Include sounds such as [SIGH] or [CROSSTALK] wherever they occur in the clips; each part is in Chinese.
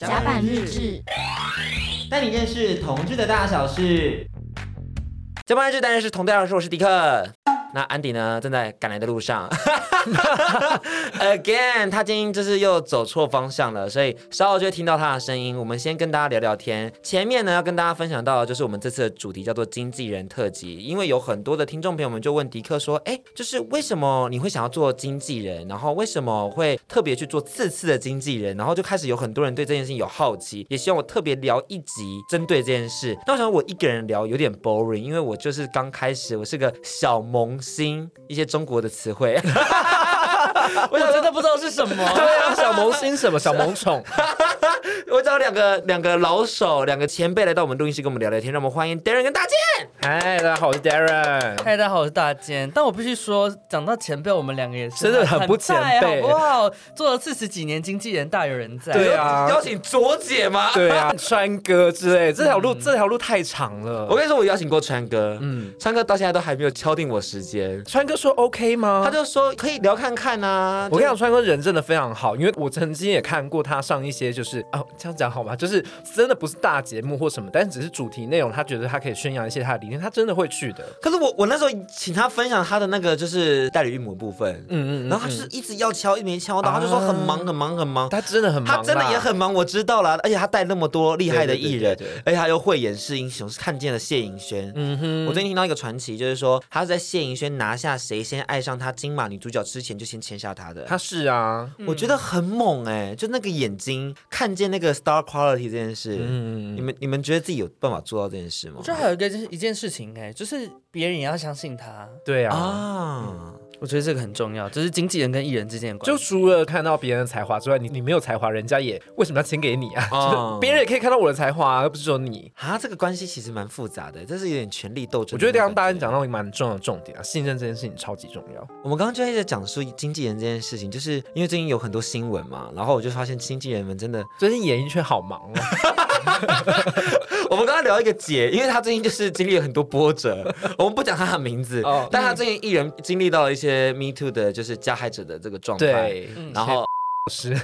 甲板日志，带你认识同志的大小事。甲板日志当然是同队老师，我是迪克。那安迪呢，正在赶来的路上。Again，他今天就是又走错方向了，所以稍后就会听到他的声音。我们先跟大家聊聊天。前面呢，要跟大家分享到的就是我们这次的主题叫做经纪人特辑，因为有很多的听众朋友们就问迪克说：“哎，就是为什么你会想要做经纪人？然后为什么会特别去做次次的经纪人？”然后就开始有很多人对这件事情有好奇，也希望我特别聊一集针对这件事。那我想我一个人聊有点 boring，因为我就是刚开始，我是个小萌新，一些中国的词汇。我真的不知道是什么。对啊，小萌新什么小萌 [LAUGHS] 宠，我找两个两个老手，两个前辈来到我们录音室跟我们聊聊天，让我们欢迎 Darren 跟大健。嗨，哎大家好，我是 Darren。嗨，大家好，我是大健。但我必须说，讲到前辈，我们两个也是真的很不前辈很菜好不好？做了四十几年经纪人，大有人在。对啊邀请卓姐吗？对啊，嗯川哥之类，这条路这条路太长了 [LAUGHS] 我。跟你说，我邀请过川哥，嗯，川哥到现在都还没有敲定我时间，川哥说 OK 吗？他就说可以聊看看啊。我跟你讲，川哥人真的非常好，因为我曾经也看过他上一些，就是哦，这样讲好吗？就是呃真的不是大节目或什么，但只是主题内容，他觉得他可以宣扬一些他的理念，他真的会去的。可是我我那时候请他分享他的那个就是代理孕母部分，嗯嗯嗯嗯，然后他就是一直要敲，一直没敲到，啊他就说很忙很忙很忙。啊他真的很忙他啦，真的也很忙，我知道啦。而且他带那么多厉害的艺人对对对对对，而且他又慧眼识英雄，是看见了谢颖轩。嗯哼我最近听到一个传奇，就是说他是在谢颖轩拿下谁先爱上他金马女主角之前，就先签下他的。他是啊，我觉得很猛哎、就那个眼睛看见那个 star quality 这件事，嗯你们你们觉得自己有办法做到这件事吗我？觉得还有一个就是一件事情、哎，就是别人也要相信他。对啊。啊，我觉得这个很重要，就是经纪人跟艺人之间的关就系。除了看到别人的才华之外，你你没有才华，人家也为什么要签给你啊？哦就是别人也可以看到我的才华啊，又不是只有你。啊，这个关系其实蛮复杂的，这是有点权力斗争。我觉得刚刚大家家讲到一个蛮重要的重点啊，信任这件事情超级重要。我们刚刚就一直在讲述经纪人这件事情，就是因为最近有很多新闻嘛，然后我就发现经纪人们真的，最近演艺圈好 [LAUGHS] 忙哦，我们刚刚聊一个姐，因为她最近就是经历了很多波 [LAUGHS] 折，我们不讲她的名字，哦但她最近艺人经历到了一些 Me Too 的，就是加害者的这个状态，对，嗯然后是， [LAUGHS] 你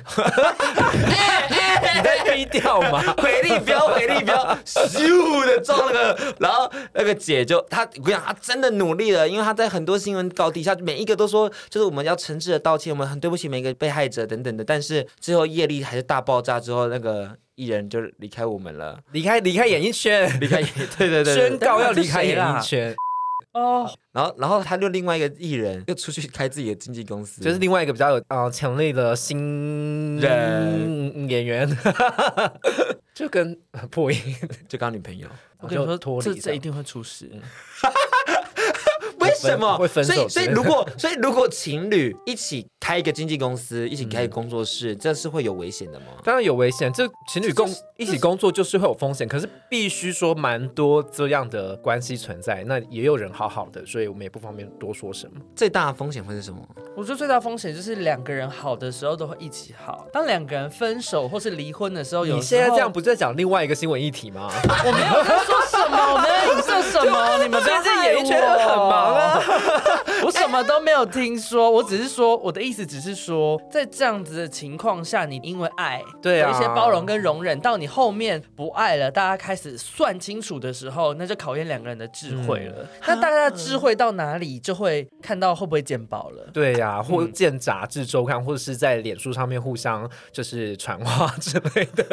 在低调吗？回力镖，回力 [LAUGHS] 镖，咻的撞那个，然后那个姐就她，我跟你讲，她真的努力了，因为她在很多新闻稿底下，每一个都说，就是我们要诚挚的道歉，我们很对不起每个被害者等等的，但是最后业力还是大爆炸之后，那个艺人就离开我们了，离开离开演艺圈，离开， [LAUGHS] 对对对对宣告要离开演艺圈，哦，然后然后他就另外一个艺人又出去开自己的经纪公司，就是另外一个比较有呃强烈的新人演员， [LAUGHS] 就跟呃破音，就刚女朋友。 [LAUGHS] 我跟你然后说，就脱离这样这一定会出事。为什么 [LAUGHS] 会分所以手所以之类的如果所以如果情侣一起开一个经纪公司，一起开一个工作嗯室，这是会有危险的吗？当然有危险，这情侣共一起工作就是会有风险，可是必须说蛮多这样的关系存在，那也有人好好的，所以我们也不方便多说什么。最大的风险会是什么？我觉得最大风险就是两个人好的时候都会一起好，当两个人分手或是离婚的时候，有你时候现在这样不是在讲另外一个新闻议题吗？我没有在说什么，我没有影射什么，你们不要最近害演艺圈很忙啊 [LAUGHS] 我，我什么都没有听说，我只是说我的意思只是说，在这样子的情况下，你因为爱对啊有一些包容跟容忍，到你后面不爱了，大家开始算清楚的时候，那就考验两个人的智慧嗯了。那大家的智慧到哪里，就会看到会不会见报了。对呀、或见杂志周刊，或者是在脸书上面互相就是传话之类的。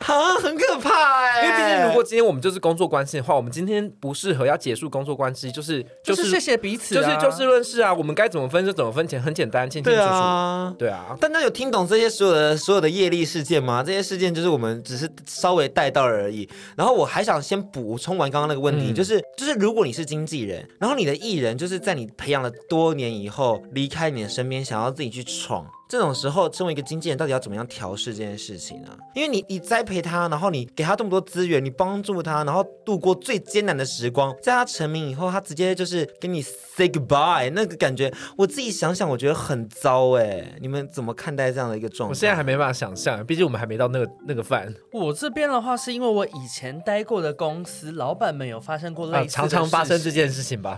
啊，很可怕哎、因为毕竟，如果今天我们就是工作关系的话，我们今天不适合要结束工作关系，就是就就是是谢谢彼此、就啊，是就事论事啊，我们该怎么分就怎么分，钱很简单，清清对楚楚。啊。对啊，大家有听懂这些所有的所有的业力事件吗？这些事件就是我们只是稍微带到了而已。然后我还想先补充完刚刚那个问题，嗯就是就是如果你是经纪人，然后你的艺人就是在你培养了多年以后离开你的身边，想要自己去闯，这种时候，身为一个经纪人，到底要怎么样调试这件事情啊？因为你你栽培他，然后你给他这么多资源，你帮助他，然后度过最艰难的时光，在他成名以后，他直接就是跟你 say goodbye，那个感觉，我自己想想，我觉得很糟哎、你们怎么看待这样的一个状况？我现在还没办法想象，毕竟我们还没到那个那个饭我这边的话，是因为我以前待过的公司，老板们有发生过类啊，似、常常发生这。件事情吧。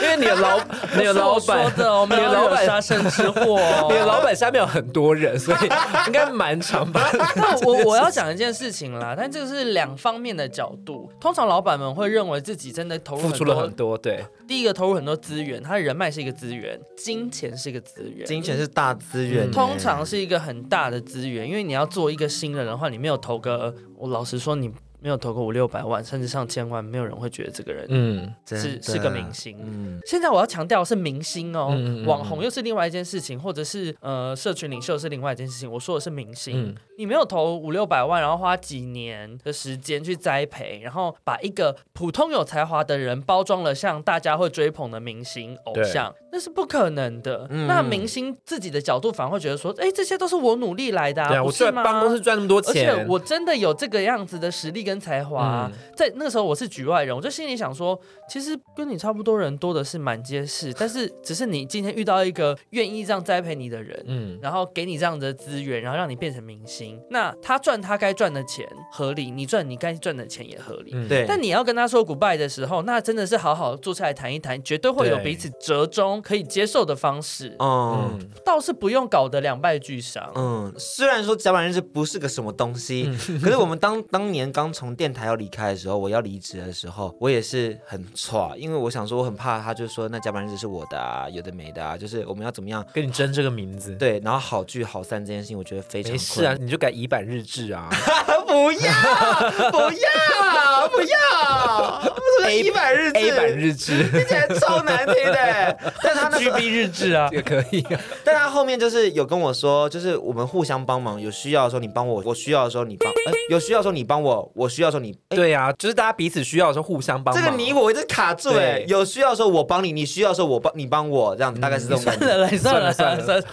因为你的老你的老 [LAUGHS] 不是我板说的我没你有的老惹板莎身之祸哦你的 [LAUGHS] 老板下面有很多人， [LAUGHS] 所以应该蛮常 [LAUGHS] 吧。那我我要讲一件事情啦，但这个是两方面的角度。通常老板们会认为自己真的投入付出了很多，对，第一个投入很多资源，他的人脉是一个资源，金钱是一个资源，金钱是大资源、嗯通常是一个很大的资源，因为你要做一个新人的话，你没有投个，我老实说，你没有投个五六百万，甚至上千万，没有人会觉得这个人嗯，真是的是个明星嗯，现在我要强调是明星哦，嗯嗯嗯网红又是另外一件事情，或者是呃社群领袖是另外一件事情。我说的是明星，嗯你没有投五六百万，然后花几年的时间去栽培，然后把一个普通有才华的人包装了像大家会追捧的明星偶像，那是不可能的。嗯那明星自己的角度反而会觉得说，哎，这些都是我努力来的、对啊，不我是在吗？办公室赚那么多而且钱，嗯我真的有这个样子的实力跟才华、在那个时候我是局外人，我就心里想说，其实跟你差不多人多的是满街 [LAUGHS] 市，但是只是你今天遇到一个愿意这样栽培你的人。嗯，然后给你这样的资源，然后让你变成明星，那他赚他该赚的钱合理，你赚你该赚的钱也合理。嗯，对，但你要跟他说 goodbye 的时候，那真的是好好坐下来谈一谈，绝对会有对彼此折中可以接受的方式，嗯嗯，倒是不用搞得两败俱伤。嗯，虽然说甲板日志不是个什么东西，可是我们当当年刚从电台要离开的时候，我要离职的时候，我也是很歘，因为我想说我很怕他就说那甲板日志是我的啊，有的没的啊，就是我们要怎么样跟你争这个名字，对，然后好聚好散这件事情，我觉得非常没事啊，你就改乙版日志啊困难，不要不要不要，什么一百日 [LAUGHS] ，A 版日志，听起来超难听的，但他那时候 GB 日志 [LAUGHS] 啊， [LAUGHS] 这个可以啊，但他后面就是有跟我说，就是我们互相帮忙，有需要的时候你帮我，我需要的时候你帮，哎，有需要的时候你帮我，我需要的时候你，哎，对啊，就是大家彼此需要的时候互相帮这忙。个你我一直卡住哎对，有需要的时候我帮你，你需要的时候我帮你帮我，这样子大概是这种感 [LAUGHS] 嗯算觉，了啦，算了啦算了算了。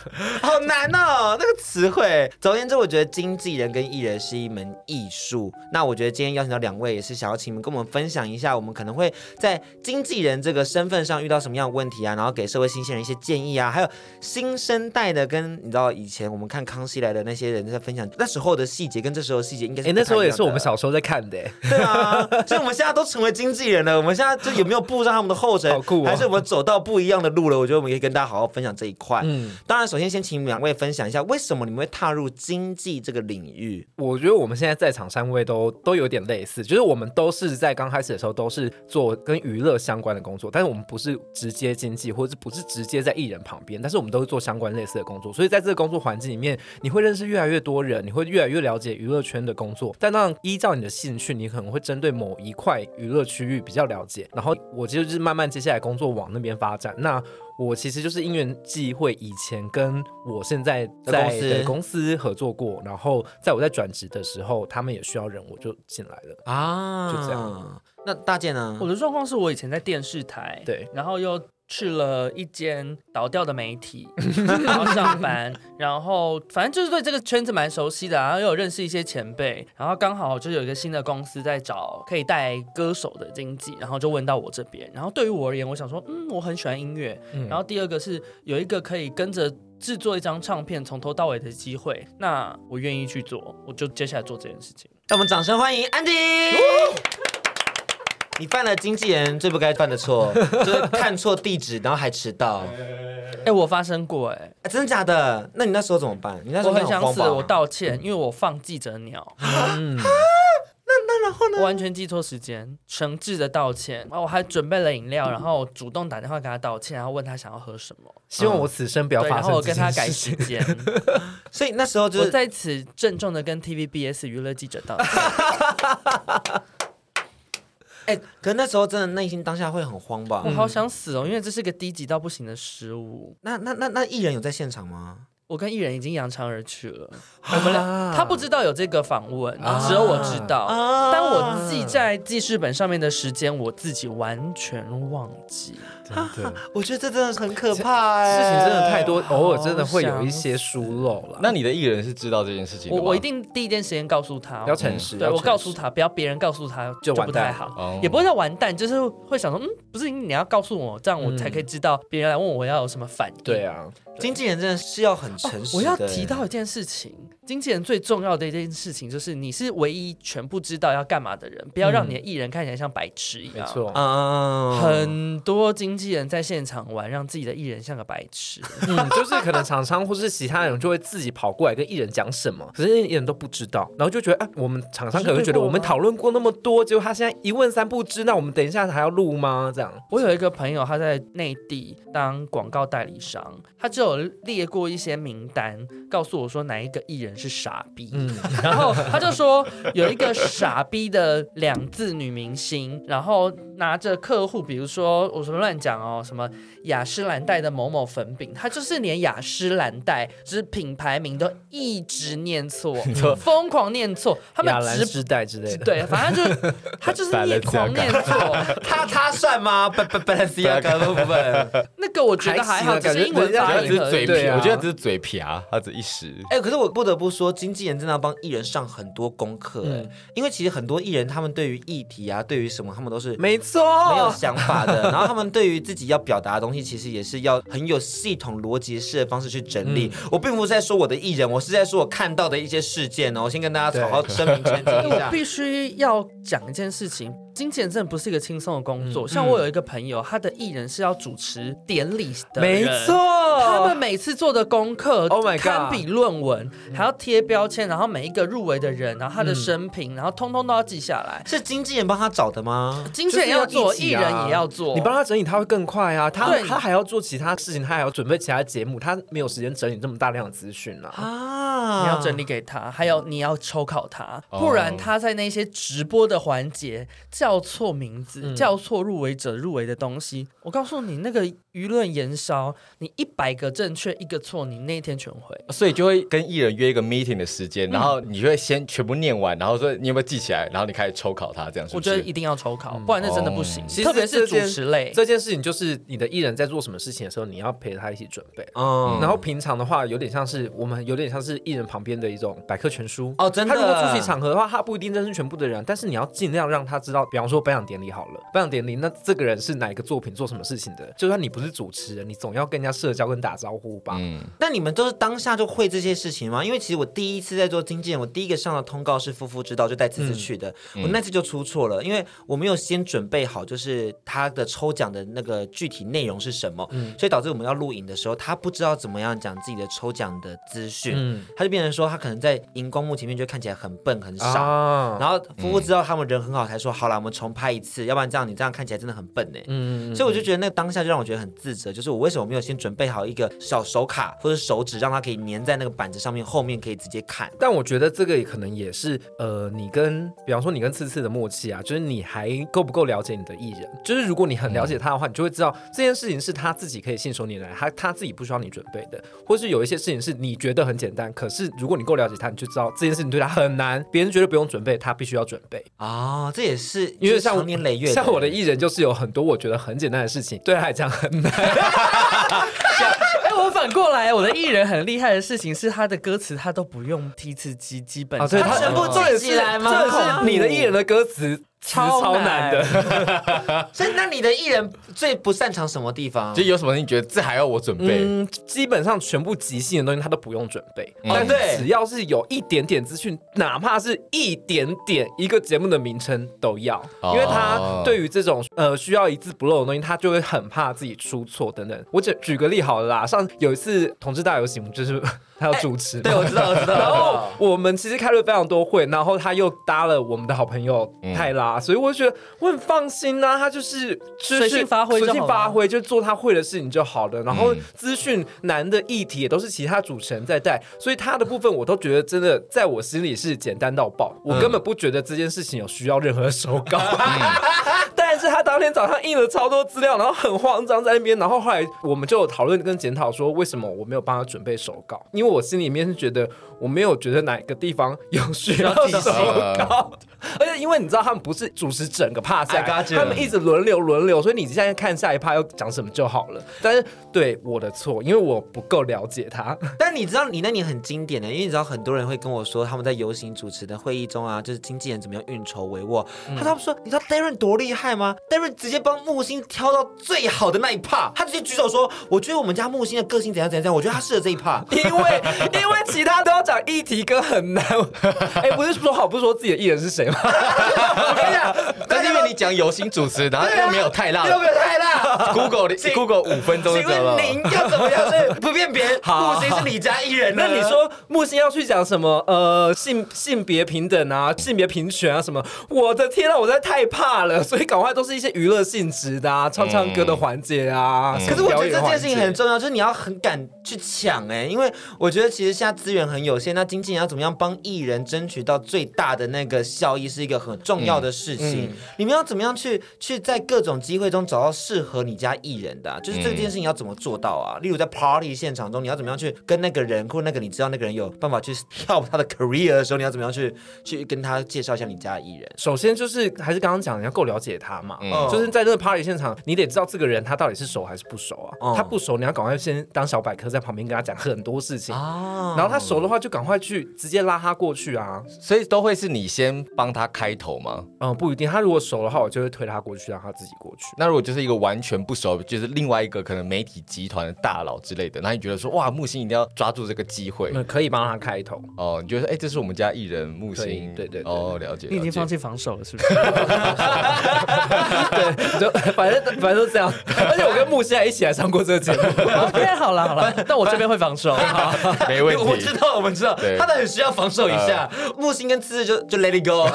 好难哦，那个词汇。总而言之，我觉得经纪人跟艺人是一门艺术。那我觉得今天邀请到两位，也是想要请你们跟我们分享一下，我们可能会在经纪人这个身份上遇到什么样的问题啊，然后给社会新鲜人一些建议啊，还有新生代的跟你知道以前我们看《康熙来了》那些人在分享那时候的细节跟这时候的细节，应该是哎，那时候也是我们小小时候在看的，哎对啊，所以我们现在都成为经纪人了，我们现在就有没有步上他们的后尘，好酷哦还是我们走到不一样的路了？我觉得我们可以跟大家好好分享这一块。嗯，当然，首先先请你们两位分享一下，为什么你们会踏入经济这个领域？我觉得我们现在在场三位都都有点类似，就是我们都是在刚开始的时候都是做跟娱乐相关的工作，但是我们不是直接经济，或者是不是直接在艺人旁边，但是我们都是做相关类似的工作，所以在这个工作环境里面，你会认识越来越多人，你会越来越了解娱乐圈的工作，但当然依照你的兴趣，你可能会针对某一块娱乐区域比较了解，然后我就是慢慢接下来工作往那边发展。那我其实就是因缘际会，以前跟我现在在公司的公司合作过，然后在我在转职的时候，他们也需要人，我就进来了。啊就这哦样。那大健呢我？的状况是我以前在电视台，对，然后又去了一间倒掉的媒体，然后上班，然后反正就是对这个圈子蛮熟悉的，然后又有认识一些前辈，然后刚好就有一个新的公司在找可以带歌手的经纪，然后就问到我这边，然后对于我而言，我想说，嗯，我很喜欢音乐，嗯然后第二个是有一个可以跟着。制作一张唱片从头到尾的机会，那我愿意去做，我就接下来做这件事情。让我们掌声欢迎安迪。你犯了经纪人最不该犯的错， [LAUGHS] 就是看错地址，然后还迟到。哎、我发生过哎、啊真的假的？那你那时候怎么办？你那时我候很应该想慌死，吧我道歉，因为我放记者鸟，啊 [LAUGHS] 啊嗯，我完全记错时间，诚挚的道歉。然后我还准备了饮嗯料，然后主动打电话给他道歉，然后问他想要喝什么，希望我此生不要嗯对，发然生后我这跟件他改事时情。间。 [LAUGHS] 所以那时候就我是在此郑重的跟 TVBS 娱乐记者道歉，哎、可是那时候真的内心当下会很慌吧我？嗯好想死哦，因为这是个低级到不行的失误。那那那那艺人有在现场吗？我跟艺人已经扬长而去了，我们俩他不知道有这个访问，啊只有我知道。哦啊但我记在记事本上面的时间，我自己完全忘记。真的我觉得这真的很可怕哎、 [LAUGHS] 事情真的太多，偶尔真的会有一些疏漏了。那你的艺人是知道这件事情的我吗？我一定第一件时间告诉他，要诚实，对要我诚告实诉他，不要别人告诉他就完不太蛋好，哦也不会叫完蛋，就是会想说，嗯，不是你要告诉我，这样我才可以知道别人来问我要有什么反应。对啊，经纪人真的是要很诚哦实、我要提到一，件事情，经纪人最重要的一件事情就是，你是唯一全部知道要干嘛的人，不要让你的艺人看起来像白痴一嗯没样。错，嗯，很多经纪人在现场玩，让自己的艺人像个白痴。嗯，就是可能厂商或是其他人就会自己跑过来跟艺人讲什么，可是艺人都不知道，然后就觉得啊，我们厂商可能会觉得我们讨论过那么多，结果他现在一问三不知，那我们等一下还要录吗？这样，我有一个朋友，他在内地当广告代理商，他就有列过一些名单，告诉我说哪一个艺人是傻逼。嗯，然后他就说有一个傻逼的两字女明星，然后拿着客户，比如说我什么乱讲哦，什么雅诗兰黛的某某粉饼，他就是连雅诗兰黛就是品牌名都一直念 [LAUGHS] 错，疯狂念错，他亚们兰直。时代之类的，对，反 [LAUGHS] 正就是他就是念狂念错， [LAUGHS] 他他算吗？不不不， [LAUGHS] 是一个部分。那个我觉得还好，还行只啊是英感文觉发他只音是而嘴已。对皮，啊我觉得他只是嘴皮啊，他只一时。哎、可是我不得不说，经纪人真的要帮艺人上很多功课、嗯哎，因为其实很多艺人他们对于议题啊，对于什么，他们都是没错，哦没有想法的。 [LAUGHS] 然后他们对于自己要表达的东西，其实也是要很有系统、逻辑式的方式去整理。嗯我并不是在说我的艺人，我是在说我看到的一些事件哦。我先跟大家好好声明澄清一啊 [LAUGHS] 我下。必须要讲一件事情，经纪人真的不是一个轻松的工作。像我有一个朋友，他的艺人是要主持典礼的，没。他们错，每次做的功课 Oh my god 嗯堪比论文，还要贴标签，然后每一个入围的人，然后他的生平，然后通通都要记下来。是经纪人帮他找的吗？经纪人要做，就是艺一起啊人也要做。你帮他整理，他会更快啊。他对他还要做其他事情，他还要准备其他节目，他没有时间整理这么大量的资讯啊。啊，你要整理给他，还有你要抽考他，哦不然他在那些直播的环节叫错名字、嗯叫错入围者、入围的东西。我告诉你，那个舆论延烧，你一百个正确一个错，你那一天全毁。所以就会跟艺人约一个 meeting 的时嗯间，然后你就会先全部念完，然后说你有没有记起来，然后你开始抽考他这样是我不觉是。得一定要抽考，不然那真的不行。嗯哦其实特别是主这件持类，这件事情就是你的艺人在做什么事情的时候，你要陪他一起准备。啊嗯然后平常的话，有点像是我们有点像是艺人旁边的一种百科全书哦真的他如果出席场合的话，他不一定认识全部的人，但是你要尽量让他知道，比方说颁奖典礼好了，颁奖典礼那这个人是哪一个作品做什么事情的，就算你不是主持人，你总要跟人家社交跟打招呼吧。嗯，那你们都是当下就会这些事情吗？因为其实我第一次在做经纪人，我第一个上的通告是夫妇之道，就带次次去的。嗯我那次就出错了，因为我没有先准备好，就是他的抽奖的那个具体内容是什么，嗯所以导致我们要录影的时候，他不知道怎么样讲自己的抽奖的资讯，嗯他就变成说他可能在荧光幕前面就看起来很笨很傻。啊，然后夫妇知道他们人很好，才说好啦，我们重拍一次，要不然这样你这样看起来真的很笨呢。嗯，所以我就觉得那个当下就让我觉得很自责，就是我为什么没有先准备好一个小手卡或者手指，让它可以粘在那个板子上面，后面可以直接看。但我觉得这个也可能也是呃，你跟比方说你跟次次的默契啊，就是你还够不够了解你的艺人？就是如果你很了解他的话，你就会知道这件事情是他自己可以信手拈来，他他自己不需要你准备的，或是有一些事情是你觉得很简单，可是如果你够了解他，你就知道这件事情对他很难，别人觉得不用准备，他必须要准备。哦，这也是因就为是像长年累月，像我的艺人就是有很多我觉得很简单的事情，对他来讲很难。哎、我反过来，我的艺人很厉害的事情是，他的歌词他都不用提词机，基本上、啊对哦他哦全部这记起也是来吗？这是你的艺人的歌词超超难的。所以 [LAUGHS] 那你的艺人最不擅长什么地方就？有什么你觉得这还要我准备？嗯，基本上全部即兴的东西他都不用准备，嗯但对是只要是有一点点资讯，哪怕是一点点一个节目的名称都要，哦因为他对于这种呃需要一字不漏的东西，他就会很怕自己出错等等。我举举个例好了啦，上有一次同志大游行，就是 [LAUGHS] 他要主持嘛、哎对，我知道，我知道。然后我们其实开了非常多会，然后他又搭了我们的好朋友泰拉，所以我就觉得我很放心呐、他就是就是随性发挥就随好了性发挥，就做他会的事情就好了。然后嗯资讯难的议题也都是其他主持人在带，所以他的部分我都觉得真的在我心里是简单到爆，我根本不觉得这件事情有需要任何手稿。 [LAUGHS] 但是他当天早上印了超多资料，然后很慌张在那边，然后后来我们就有讨论跟检讨说，为什么我没有帮他准备手稿？因为我心里面是觉得我没有觉得哪个地方有需要要提醒手稿，而且因为你知道他们不是主持整个 pass， I got you 他们一直轮流轮流，所以你现在看下一趴要讲什么就好了。但是对我的错，因为我不够了解他， [LAUGHS] 但你知道，你那年很经典的，因为你知道很多人会跟我说，他们在游行主持的会议中啊，就是经纪人怎么样运筹帷幄。嗯他他们说，你知道 Darren 多厉害吗？Darren 直接帮木星挑到最好的那一 part，他直接举手说，我觉得我们家木星的个性怎样怎样怎样，我觉得他适合这一 part。因为因为其他都要讲议题跟很难。 [LAUGHS] 哎、不是说好不说自己的艺人是谁吗？ [LAUGHS] 我跟你讲，但是因为你讲有心主持，啊然后又没有太辣又没有太辣。 ，Google 里 Google 五分钟 [LAUGHS] 就请知问道了。您要怎么样 [LAUGHS] 是不变别人？木星是你家艺人啊呢？那你说木星要去讲什么？呃，性性别平等啊，性别平权啊，什么？我的天啊，我实在太怕了，所以赶快都是一些娱乐性质的、啊，唱唱歌的环节啊。可是我觉得表演这环件节事情很重要，就是你要很敢去抢哎、因为我觉得其实现在资源很有限，那经纪人要怎么样帮艺人争取到最大的那个效益，是一个很重要的事嗯情。你们要怎么样去去在各种机会中找到适合你家艺人的、啊，就是这件事情要怎么做到啊？例如在 party 现场中，你要怎么样去跟那个人或那个你知道那个人有办法去 help 他的 career 的时候，你要怎么样去去跟他介绍一下你家的艺人？首先就是还是刚刚讲，你要够了解他嘛，嗯就是在这个 party 现场，你得知道这个人他到底是熟还是不熟啊。嗯他不熟，你要赶快先当小百科，在旁边跟他讲很多事情。啊然后他熟的话，就赶快去直接拉他过去啊。所以都会是你先帮他开头吗？嗯，不一定。他如果熟的话，我就会推他过去，让他自己过去。那如果就是一个完全不熟，就是另外一个可能媒体集团的大佬之类的，那你觉得说哇，木星一定要抓住这个机会嗯，可以帮他开头。哦？你觉得说哎、这是我们家艺人木可以星，对对对哦，了解，你已经了解放弃防守了，是不是？对，就 [LAUGHS] 反正 [LAUGHS] 反正都这 [LAUGHS] 样。而且我跟木星还一起来上过这个节目。 [LAUGHS] OK，好哎了好了，但我这边会防 [LAUGHS] 守。好没问 [LAUGHS] 我知题。道，我们知道对，他们很需要防守一下。木星跟次就就 let it go，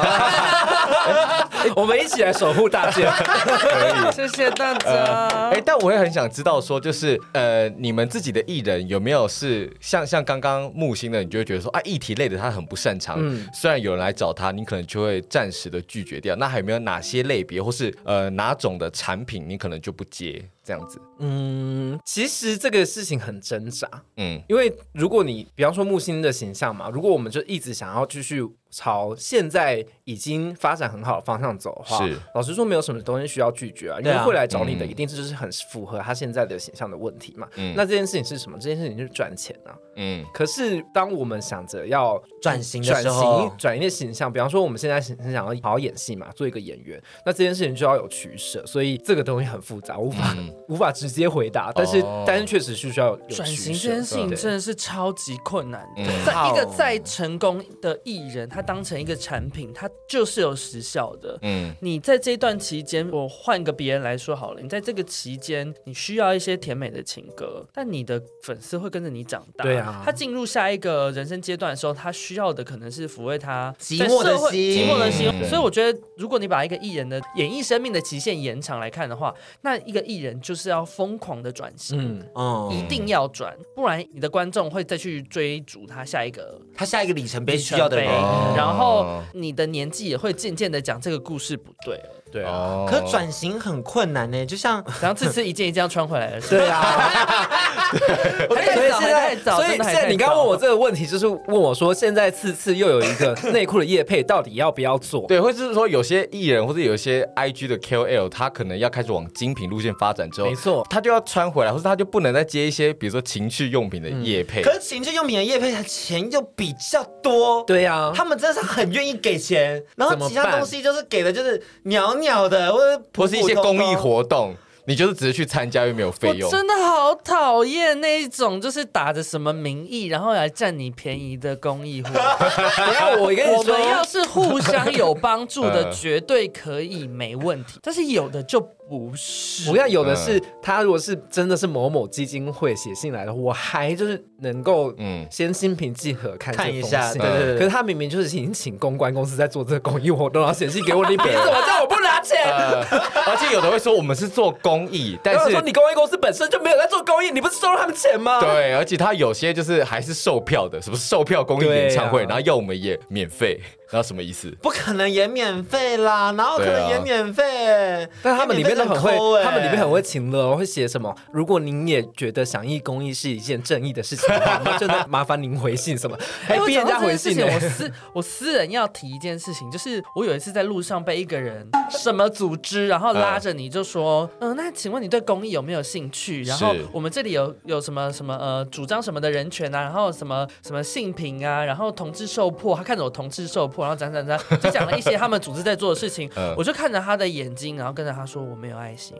我们一起来守护大 [LAUGHS] 家。 [LAUGHS] 谢谢大呃，哎、家。但我也很想知道说，就是呃，你们自己的艺人有没有是像像刚刚木星的，你就会觉得说啊，议题类的他很不擅长，虽然有人来找他，你可能就会暂时的拒绝掉。那还有没有哪些类别或是呃哪种的产品，你可能就不接这样子？嗯，其实这个事情很挣扎，嗯，因为如果你比方说木星的形象嘛，如果我们就一直想要继续朝现在已经发展很好的方向走的话是，老实说没有什么东西需要拒绝啊，因对为啊会来找你的嗯一定就是很符合他现在的形象的问题嘛。嗯那这件事情是什么？这件事情就是赚钱啊。嗯，可是当我们想着要转型的转时型候，转一个形象，比方说我们现在很想要好好演戏嘛，做一个演员，那这件事情就要有取舍，所以这个东西很复杂，无法、 [LAUGHS] 无法直接回答，但是、哦但是确实是需要有转取型舍这件事情对真的是超级困难的嗯。在一个好再成功的艺人，他当成一个产品，他就是有时效的。嗯，你在这段期间，我换个别人来说好了，你在这个期间，你需要一些甜美的情歌，但你的粉丝会跟着你长大。对啊他进入下一个人生阶段的时候，他需要的可能是抚慰他寂在寞的社会心寂寞的心。嗯所以我觉得，如果你把一个艺人的演艺生命的期限延长来看的话，那一个艺人就是要疯狂的转型。嗯，嗯，一定要转，不然你的观众会再去追逐他下一个他下一个里程碑被需要的人。哦然后你的年纪也会渐渐的讲这个故事不对了。对啊。哦可转型很困难欸呢，就像然后这次一件一件要穿回来了，对啊， [LAUGHS] 还 [LAUGHS] 太早，还太早，所以真的现还在太你刚刚早问我这个问题，就是问我说，现在次次又有一个内裤的夜配，到底要不要做？ [LAUGHS] 对，或者是说有些艺人或者有些 IG 的 KOL，他可能要开始往精品路线发展之后，没错他就要穿回来，或者他就不能再接一些比如说情趣用品的嗯业配。可是情趣用品的业配，它钱又比较多。对啊，他们真的是很愿意给钱，然怎后么办其他东西就是给的，就是袅袅的，或者普普或是一些通公啊通益活动，你就是只是去参加又没有费 [LAUGHS] 我用。真的好讨厌那一种，就是打着什么名义，然后来占你便宜的公 [LAUGHS] 益活动。不要我跟你我们要说，是互相有帮助的， [LAUGHS] 嗯绝对可以没问题。但是有的就不是。嗯不要有的是他如果是真的是某某基金会写信来的，我还就是能够嗯先心平气和看看这一封下，信对对可对是对。他明明就是已经请公关公司在做这个公益活动，然后写信给我，你 [LAUGHS] 凭什么叫我不拿钱？呃， [LAUGHS] 而且有的会说我们是做公益，但然后我是说你公益公司本身就没有在做公益，你不是收了他们钱吗？，对，而且他有些就是还是售票的，什么售票公益演唱会，对啊然后要我们也免费，然后什么意思？不可能也免费啦，哪有可对能啊也免费？但他们里面都很会也免费，欸他们里面很会情乐哦，会写什么？如果您也觉得响义公益是一件正义的事情的话，那就能麻烦您回信什么？还哎，我逼讲人家到这回件事信欸呢、情，我私 [LAUGHS] 我私人要提一件事情，就是我有一次在路上被一个人什么组织，然后拉着你就说，嗯、那请问你对公益有没有兴趣？然后是我们这里有有什么什么呃主张什么的人权啊，然后什么什么性平啊，然后同志受迫，他看着我同志受迫，然后讲讲讲，就讲了一些他们组织在做的事情，嗯我就看着他的眼睛，然后跟着他说我没有爱心。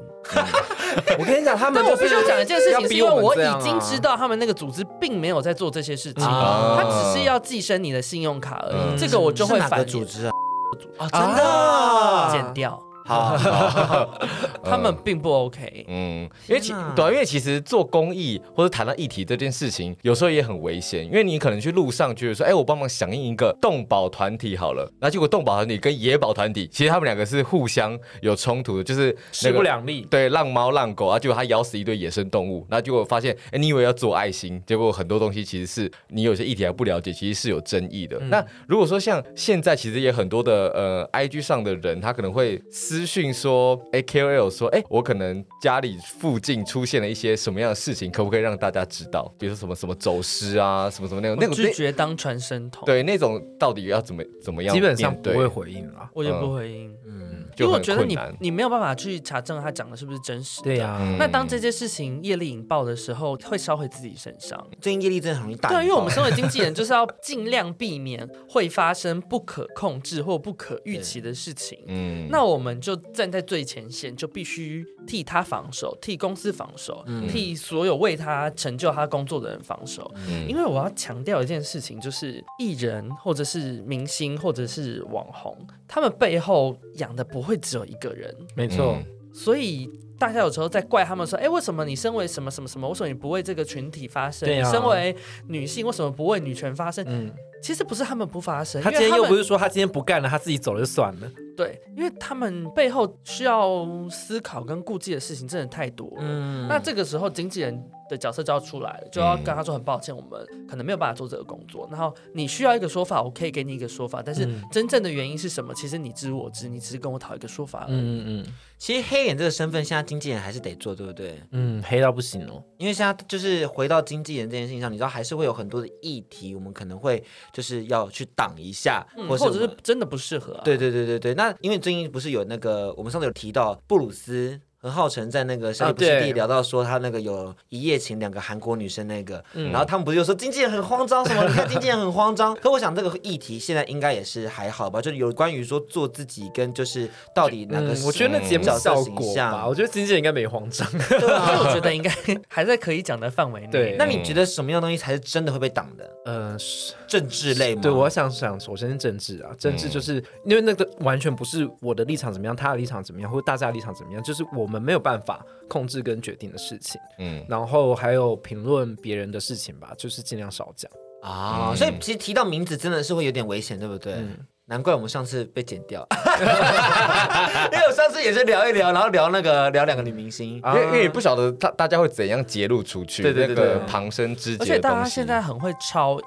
我跟你讲，他们但我就是必须要讲一件事要情，是逼因为们我这样已经啊知道他们那个组织并没有在做这些事情，啊他只是要寄生你的信用卡而嗯已。这个我就会是哪反个你组织啊？啊，啊真的啊剪掉，好，他们并不 OK。嗯，因为其天哪对啊，因为其实做公益或者谈到议题这件事情，有时候也很危险，因为你可能去路上觉得说，哎，我帮忙响应一个动保团体好了，然后结果动保团体跟野保团体，其实他们两个是互相有冲突的，就是那势个不两立。对，浪猫浪狗啊，结果它咬死一堆野生动物，然后结果发现，哎，你以为要做爱心，结果很多东西其实是你有些议题还不了解，其实是有争议的。嗯那如果说像现在，其实也很多的呃，IG 上的人，他可能会私讯说，哎，KOL 说，哎，我可能家里附近出现了一些什么样的事情，可不可以让大家知道？比如说什么什么走失啊，什么什么那种那我种拒绝当传声筒，对那种到底要怎么怎么样基面对？本上不会回应啊啦。我也不回应，因就为我很觉得困你难你没有办法去查证他讲的是不是真实。对啊呀、嗯那当这件事情业力引爆的时候，会烧毁自己身上。最近业力真的很容易大。对啊，因为我们身为经纪人，就是要尽量避免会发生不可控制或不可预期的事情。嗯那我们就站在最前线，就必须替他防守，替公司防守，嗯替所有为他成就他工作的人防守。嗯嗯因为我要强调一件事情，就是艺人或者是明星或者是网红，他们背后养的不会只有一个人，没错。嗯所以。大家有时候在怪他们说，哎、为什么你身为什么什么什么，为什么你不为这个群体发声？对啊嗯你身为女性，为什么不为女权发声？其实不是他们不发声，他因为今天又们不是说他今天不干了，他自己走了就算了。对，因为他们背后需要思考跟顾忌的事情真的太多了。嗯那这个时候，经纪人的角色就要出来了，就要跟他说很抱歉，我们可能没有办法做这个工作。然后你需要一个说法，我可以给你一个说法，但是真正的原因是什么？其实你知我知，你只是跟我讨一个说法而已。嗯嗯其实黑脸这个身份，现在经纪人还是得做，对不对？嗯，黑到不行哦。因为现在就是回到经纪人这件事情上，你知道还是会有很多的议题，我们可能会就是要去挡一下，嗯或或者者是真的不适合、啊。对对对对对。那因为最近不是有那个，我们上次有提到布鲁斯。和浩辰在那个《山里不是啊地对》聊到说他那个有一夜情两个韩国女生那个，嗯然后他们不是又说经纪人很慌张什么？你看经纪人很慌 [LAUGHS] 张。可我想这个议题现在应该也是还好吧，就是有关于说做自己跟就是到底哪个嗯，是我觉得那节目角色效形果象啊吧，我觉得经纪人应该没慌张。对 [LAUGHS] 啊，所以我觉得应该还在可以讲的范围内。 [LAUGHS] 对那你觉得什么样的东西才是真的会被挡的？嗯、是政治类吗？对，我想想，首先是政治啊，政治就是、因为那个完全不是我的立场怎么样，他的立场怎么样，或者大家的立场怎么样，就是我们没有办法控制跟决定的事情。嗯然后还有评论别人的事情吧，就是尽量少讲。啊、所以其实提到名字真的是会有点危险，对不对？嗯难怪我们上次被剪掉， [LAUGHS] 因为我上次也是聊一聊，然后聊那个聊两个女明星，啊因为因为你不晓得大大家会怎样揭露出去，啊对对对那对个旁生枝节而且的东西。大家现在很会超译，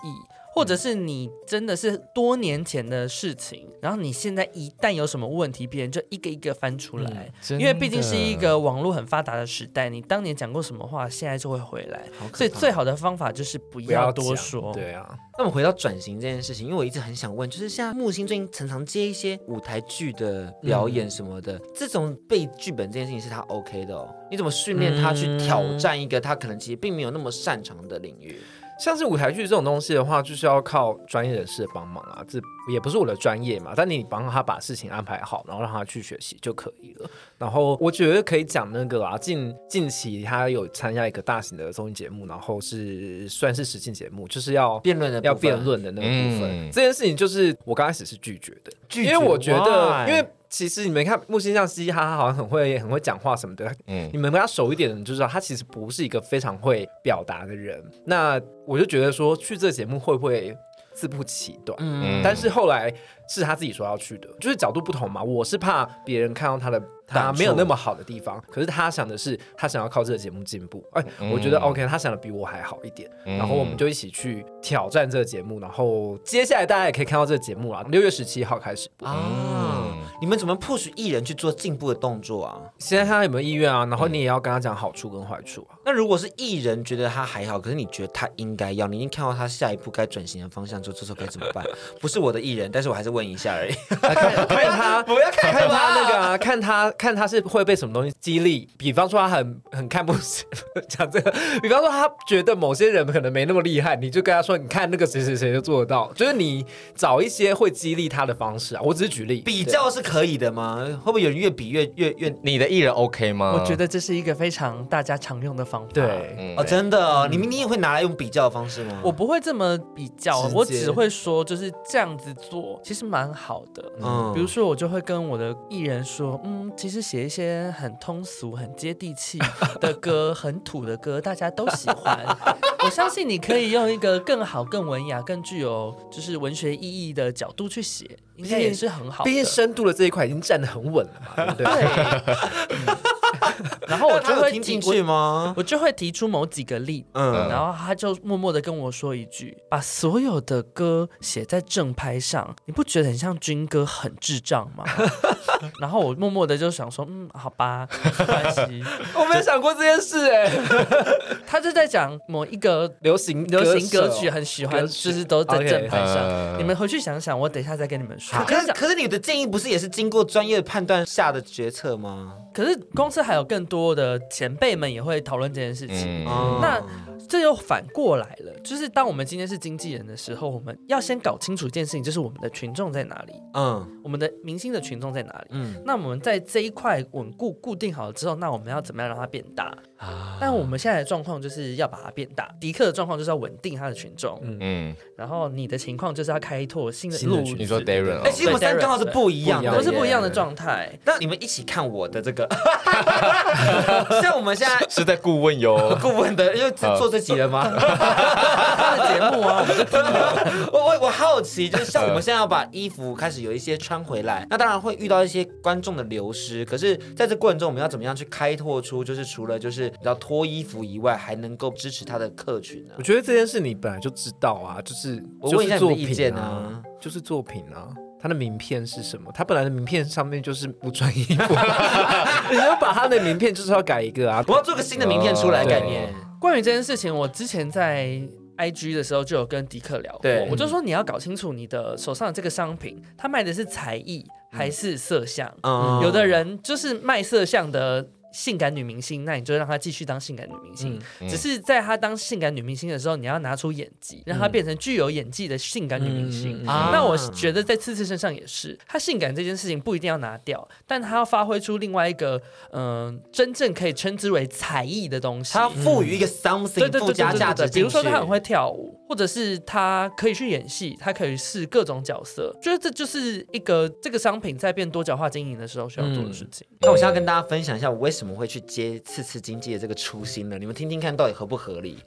或者是你真的是多年前的事情，然后你现在一旦有什么问题，别人就一个一个翻出来，真的因为毕竟是一个网络很发达的时代，你当年讲过什么话，现在就会回来，所以最好的方法就是不不要多讲说。对啊，那我们回到转型这件事情，因为我一直很想问，就是像木星最近常常接一些舞台剧的表演嗯什么的，这种背剧本这件事情是他 OK 的哦？你怎么训练他嗯去挑战一个他可能其实并没有那么擅长的领域？像是舞台剧这种东西的话，就是要靠专业人士的帮忙啊，这也不是我的专业嘛，但你帮他把事情安排好，然后让他去学习就可以了。然后我觉得可以讲那个啊，近近期他有参加一个大型的综艺节目，然后是算是实境节目，就是要辩论的部分要辩论的那个部分。嗯这件事情就是我刚开始是拒绝的，拒绝因为我觉得 why？因为。其实你们看木星像嘻嘻哈哈，好像很会很会讲话什么的，嗯你们跟他熟一点的人就知道，他其实不是一个非常会表达的人。那我就觉得说，去这个节目会不会自不其短？嗯，嗯但是后来是他自己说要去的，就是角度不同嘛。我是怕别人看到他的他没有那么好的地方，可是他想的是他想要靠这个节目进步。哎，我觉得嗯 OK，他想的比我还好一点，嗯然后我们就一起去挑战这个节目，然后接下来大家也可以看到这个节目啊，六月十七号开始播。啊，你们怎么 push 艺人去做进步的动作啊？现在看他有没有意愿啊，然后你也要跟他讲好处跟坏 [LAUGHS] 处啊。那如果是艺人觉得他还好，可是你觉得他应该要，你已经看到他下一步该转型的方向，就这时候该怎么办？不是我的艺人，但是我还是问一下而已。看 [LAUGHS] 看他，不要看他那个啊，看他看他是会被什么东西激励，比方说他很很看不起， [LAUGHS] 讲这个，比方说他觉得某些人可能没那么厉害，你就跟他说，你看那个谁谁谁就做得到，就是你找一些会激励他的方式啊。我只是举例，比较是可以的吗？会不会有人越比越越越？你的艺人 OK 吗？我觉得这是一个非常大家常用的方法。对。，嗯哦，真的哦，你们你也会拿来用比较的方式吗？我不会这么比较直，接我只会说就是这样子做，其实蛮好的。嗯比如说，我就会跟我的艺人说，嗯，其实写一些很通俗、很接地气的歌，很土的歌，大家都 [LAUGHS] 喜欢。我相信你可以用一个更好、更文雅、更具有就是文学意义的角度去写，应该也是很好毕竟的。深度的这一块已经站得很稳了嘛，对不 [LAUGHS] 对？嗯然后我 [LAUGHS] 那他就有会听提进，去吗？我就会提出某几个例嗯，然后他就默默的跟我说一句：“把所有的歌写在正拍上，你不觉得很像军歌，很智障吗？” [LAUGHS] 然后我默默的就想说：“嗯，好吧，没关系。 [LAUGHS] 我没有想过这件事哎、” [LAUGHS] 他就在讲某一个流行流行歌曲手很喜欢，歌曲就是都在 OK 正拍上。嗯你们回去想想，我等一下再跟你们说。我可跟你是讲，可是你的建议不是也是经过专业判断下的决策吗？可是公司还有更多的前辈们也会讨论这件事情。嗯哦那这又反过来了，就是当我们今天是经纪人的时候，我们要先搞清楚一件事情，就是我们的群众在哪里。嗯我们的明星的群众在哪里？嗯，那我们在这一块稳固固定好了之后，那我们要怎么样让它变大？啊但我们现在的状况就是要把它变大。迪克的状况就是要稳定他的群众，嗯，然后你的情况就是要开拓新的新的路群子。你说 Darren 哦哎，其实我们三个刚好是不一样对的，我们是不一样的对状态。那你们一起看我的这个，像我们现在是在顾问 [LAUGHS]。哟顾问的，因为这好做这集了吗？他的节目啊，我们就听我我我好奇，就是像我们现在要把衣服开始有一些穿回来，那当然会遇到一些观众的流失。可是在这过程中，我们要怎么样去开拓出，就是除了就是你知道脱衣服以外，还能够支持他的客群呢我？觉得这件事你本来就知道啊，就是我就问一下是你的作意品见啊啊，就是作品啊。他的名片是什么？他本来的名片上面就是不穿衣服，你就把他的名片就是要改一个啊。我要做个新的名片出来，哦概念。关于这件事情，我之前在 IG 的时候就有跟迪克聊过对，我就说你要搞清楚你的手上的这个商品，它卖的是才艺还是色相。嗯哦有的人就是卖色相的性感女明星，那你就让她继续当性感女明星。嗯只是在她当性感女明星的时候，你要拿出演技，让她变成具有演技的性感女明星。嗯嗯嗯啊那我觉得在次次身上也是，她性感这件事情不一定要拿掉，但她要发挥出另外一个，嗯、真正可以称之为才艺的东西。他赋予一个 something 附加价值进去，比如说他很会跳舞，或者是他可以去演戏，他可以试各种角色，觉得这就是一个这个商品在变多角化经营的时候需要做的事情。那我想要跟大家分享一下，我为什么会去接次次经济的这个初心呢？你们听听看，到底合不合理？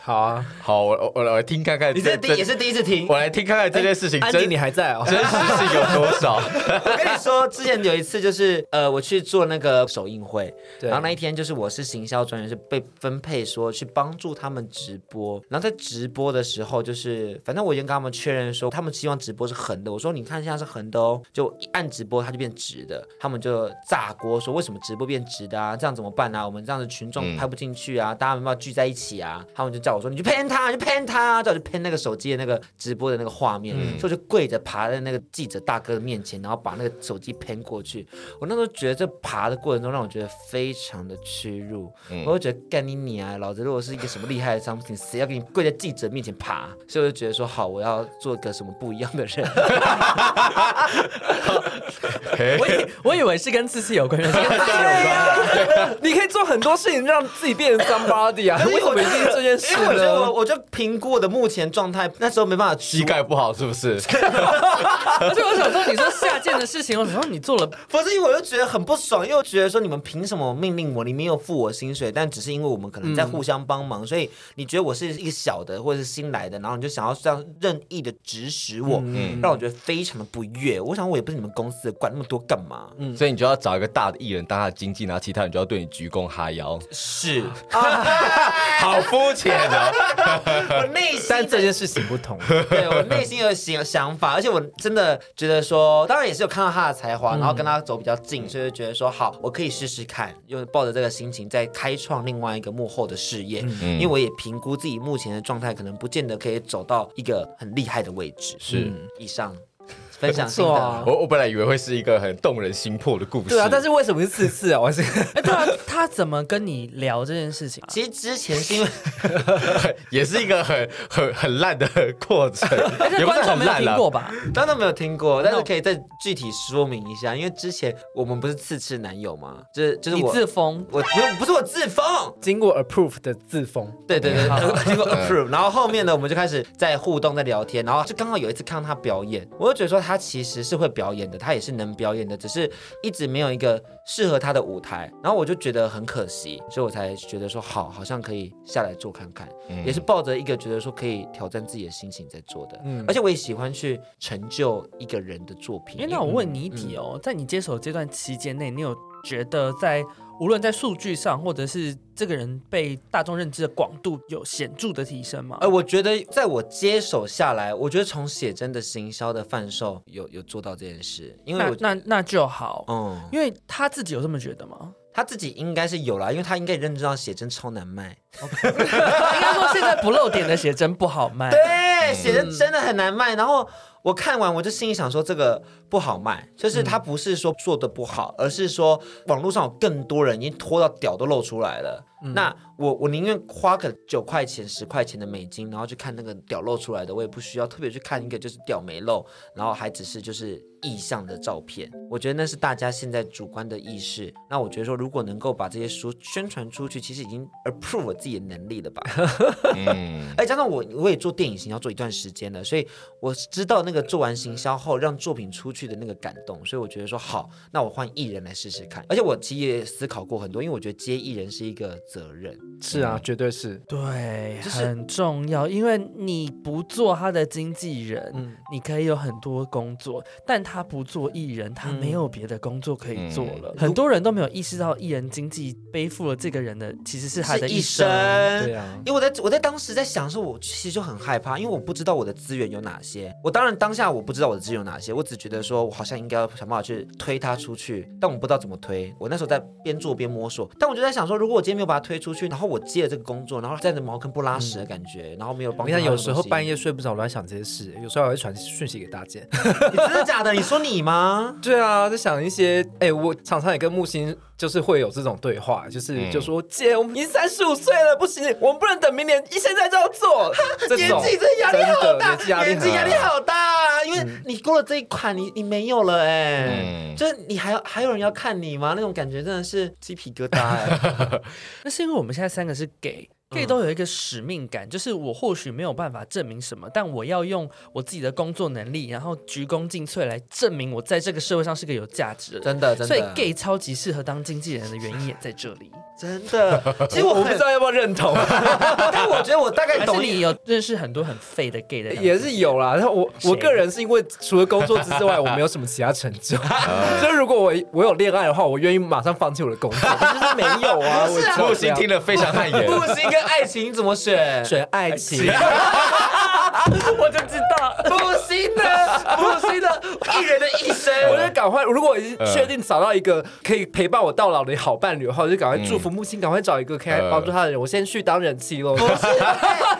好啊，好，我我我来听看看，你这第也是第一次听，我来听看看这件事情安迪真你还在哦，真实性有多少。我跟你说，之前有一次就是呃，我去做那个首映会，对然后那一 [LAUGHS] 天就是我是行销专员，是被分配说去帮助他们直播。然后在直播的时候，就是反正我已经跟他们确认说，他们希望直播是横的。我说你看现在是横的哦，就一按直播它就变直的，他们就炸锅说为什么直播变直的啊？这样怎么办啊？我们这样子群众拍不进去啊，大家没办法聚在一起啊。他们就叫我说你去喷他，你去喷他，叫我去喷那个手机的那个直播的那个画面，所以我就跪着爬在那个记者大哥的面前，然后把那个手机喷过去。我那时候觉得这爬的过程中让我觉得非常的屈辱，我就觉得干你你啊，老子如果是一个什么厉害的商品，谁要给你跪在记者面前爬？所以我就觉得说好，我要做个什么不一样的人。我以我以为是跟次次有关的，对呀、啊你可以做很多事情让自己变成 somebody 啊，可是为什我么一觉定是得这件 [LAUGHS] [LAUGHS] 因为我事觉得我呢？我就评估我的目前状态，那时候没办法膝膝盖不好是不是？ [LAUGHS] 而且我想说，你说下贱的事情，我想说你做了，不是，因为我就觉得很不爽，因为我觉得说你们凭什么命令我？你没有付我薪水，但只是因为我们可能在互相帮忙，所以你觉得我是一个小的或者是新来的，然后你就想要这样任意的指使我，让我觉得非常的不悦。我想我也不是你们公司的，管那么多干嘛？所以你就要找一个大的艺人当他的经纪，然后其他人就要对你鞠躬哈腰，是好肤浅哦。啊我内心 [LAUGHS] 但这件事情不同，对我内心有想想法，而且我真的觉得说，当然也是有看到他的才华，然后跟他走比较近，所以就觉得说好，我可以试试看，用抱着这个心情再开创另外一个幕后的事业，因为我也评估自己目前的状态，可能不见得可以走到一个很厉害的位置。是嗯以上分享不心错啊得。我我本来以为会是一个很动人心魄的故事，对啊，但是为什么是次次啊？我是 [LAUGHS] 哎，对啊，他怎么跟你聊这件 [LAUGHS] 事情、啊？其实之前是因为 [LAUGHS] 也是一个很很很烂的过 [LAUGHS] 程，而且也不是观众很没有烂听了过。吧？ [LAUGHS] 当然没有听过，但是可以再具体说明一下，因为之前我们不是次次男友嘛，就是就是你我自封，我不是不是我自封，经过 approve 的自封，对对对， [LAUGHS] 好经过 approve，然后后面呢，我们就开始在互动，在聊天，然后就刚好有一次看到他表演，我就觉得说他其实是会表演的，他也是能表演的，只是一直没有一个适合他的舞台，然后我就觉得很可惜，所以我才觉得说好，好像可以下来做看看，嗯也是抱着一个觉得说可以挑战自己的心情在做的，嗯而且我也喜欢去成就一个人的作品，哎，那我问你一题哦，在你接手这段期间内，你有觉得在无论在数据上，或者是这个人被大众认知的广度有显著的提升吗哎、？我觉得在我接手下来，我觉得从写真的行销的贩售有有做到这件事，因为那我那那就好，嗯。因为他自己有这么觉得吗？他自己应该是有啦，因为他应该认知到写真超难卖。 [LAUGHS] 应该说现在不露点的写真不好卖。对，写真真的很难卖。然后我看完，我就心里想说，这个不好卖，就是他不是说做的不好，而是说网络上有更多人已经拖到屌都露出来了。那我我宁愿花个九块钱、十块钱的美金，然后去看那个屌露出来的，我也不需要特别去看一个就是屌没露，然后还只是就是意向的照片。我觉得那是大家现在主观的意识。那我觉得说，如果能够把这些书宣传出去，其实已经 approve 我自己的能力了吧。嗯，哎，加上我我也做电影行销做一段时间了，所以我知道那个做完行销后让作品出去的那个感动，所以我觉得说好，那我换艺人来试试看。而且我其实也思考过很多，因为我觉得接艺人是一个责任。是啊，绝对是。对，就是很重要，因为你不做他的经纪人，你可以有很多工作，但他不做艺人，他没有别的工作可以做了。很多人都没有意识到，艺人经纪背负了这个人的其实是他的是一生。对啊，因为我在我在当时在想说，我其实就很害怕，因为我不知道我的资源有哪些。我当然当下我不知道我的资源有哪些，我只觉得说我好像应该要想办法去推它出去，但我不知道怎么推。我那时候在边做边摸索，但我就在想说，如果我今天没有把它推出去，然后我接了这个工作，然后站着茅坑不拉屎的感觉，然后没有帮你助他看，的东有西。时候半夜睡不着，乱想这些事，有时候还会传讯息给大家。你真的假的？你说你吗？ [LAUGHS] 对啊，在想一些，哎、我常常也跟木星就是会有这种对话，就是、嗯就说姐，我们已经三十五岁了，不行，我们不能等明年，现在就要做。 [LAUGHS] 这年种纪真的压力好大，真的年年纪纪压压力力好大啊，因为你过了这一款，你你没有了哎、嗯就是你还有还有人要看你吗？那种感觉真的是鸡皮疙瘩哎、那是因为我们现在三个是 gay。gay 嗯都有一个使命感，就是我或许没有办法证明什么，但我要用我自己的工作能力，然后鞠躬尽瘁来证明我在这个社会上是个有价值的人。真的，真的，所以 gay 超级适合当经纪人的原因也在这里。真的，其实我我不很知，道要不要认 [LAUGHS] 同，但我觉得我大概还哎是懂你有认识很多很废的 gay 的人？也是有啦。但我谁我个人是因为除了工作之外，我没有什么其他成就。所以如果我我有恋爱的话，我愿意马上放弃我的工作，但是没有啊。不是啊我木星听了非常汗颜。木星跟爱情怎么选？选爱情， [LAUGHS] 我就知道。木星的，木星的艺人的一生，我就赶快，如果我已经确定找到一个可以陪伴我到老的好伴侣的话，我就赶快祝福木星，赶快找一个可以帮助他的人。我先去当人妻喽。不是。哎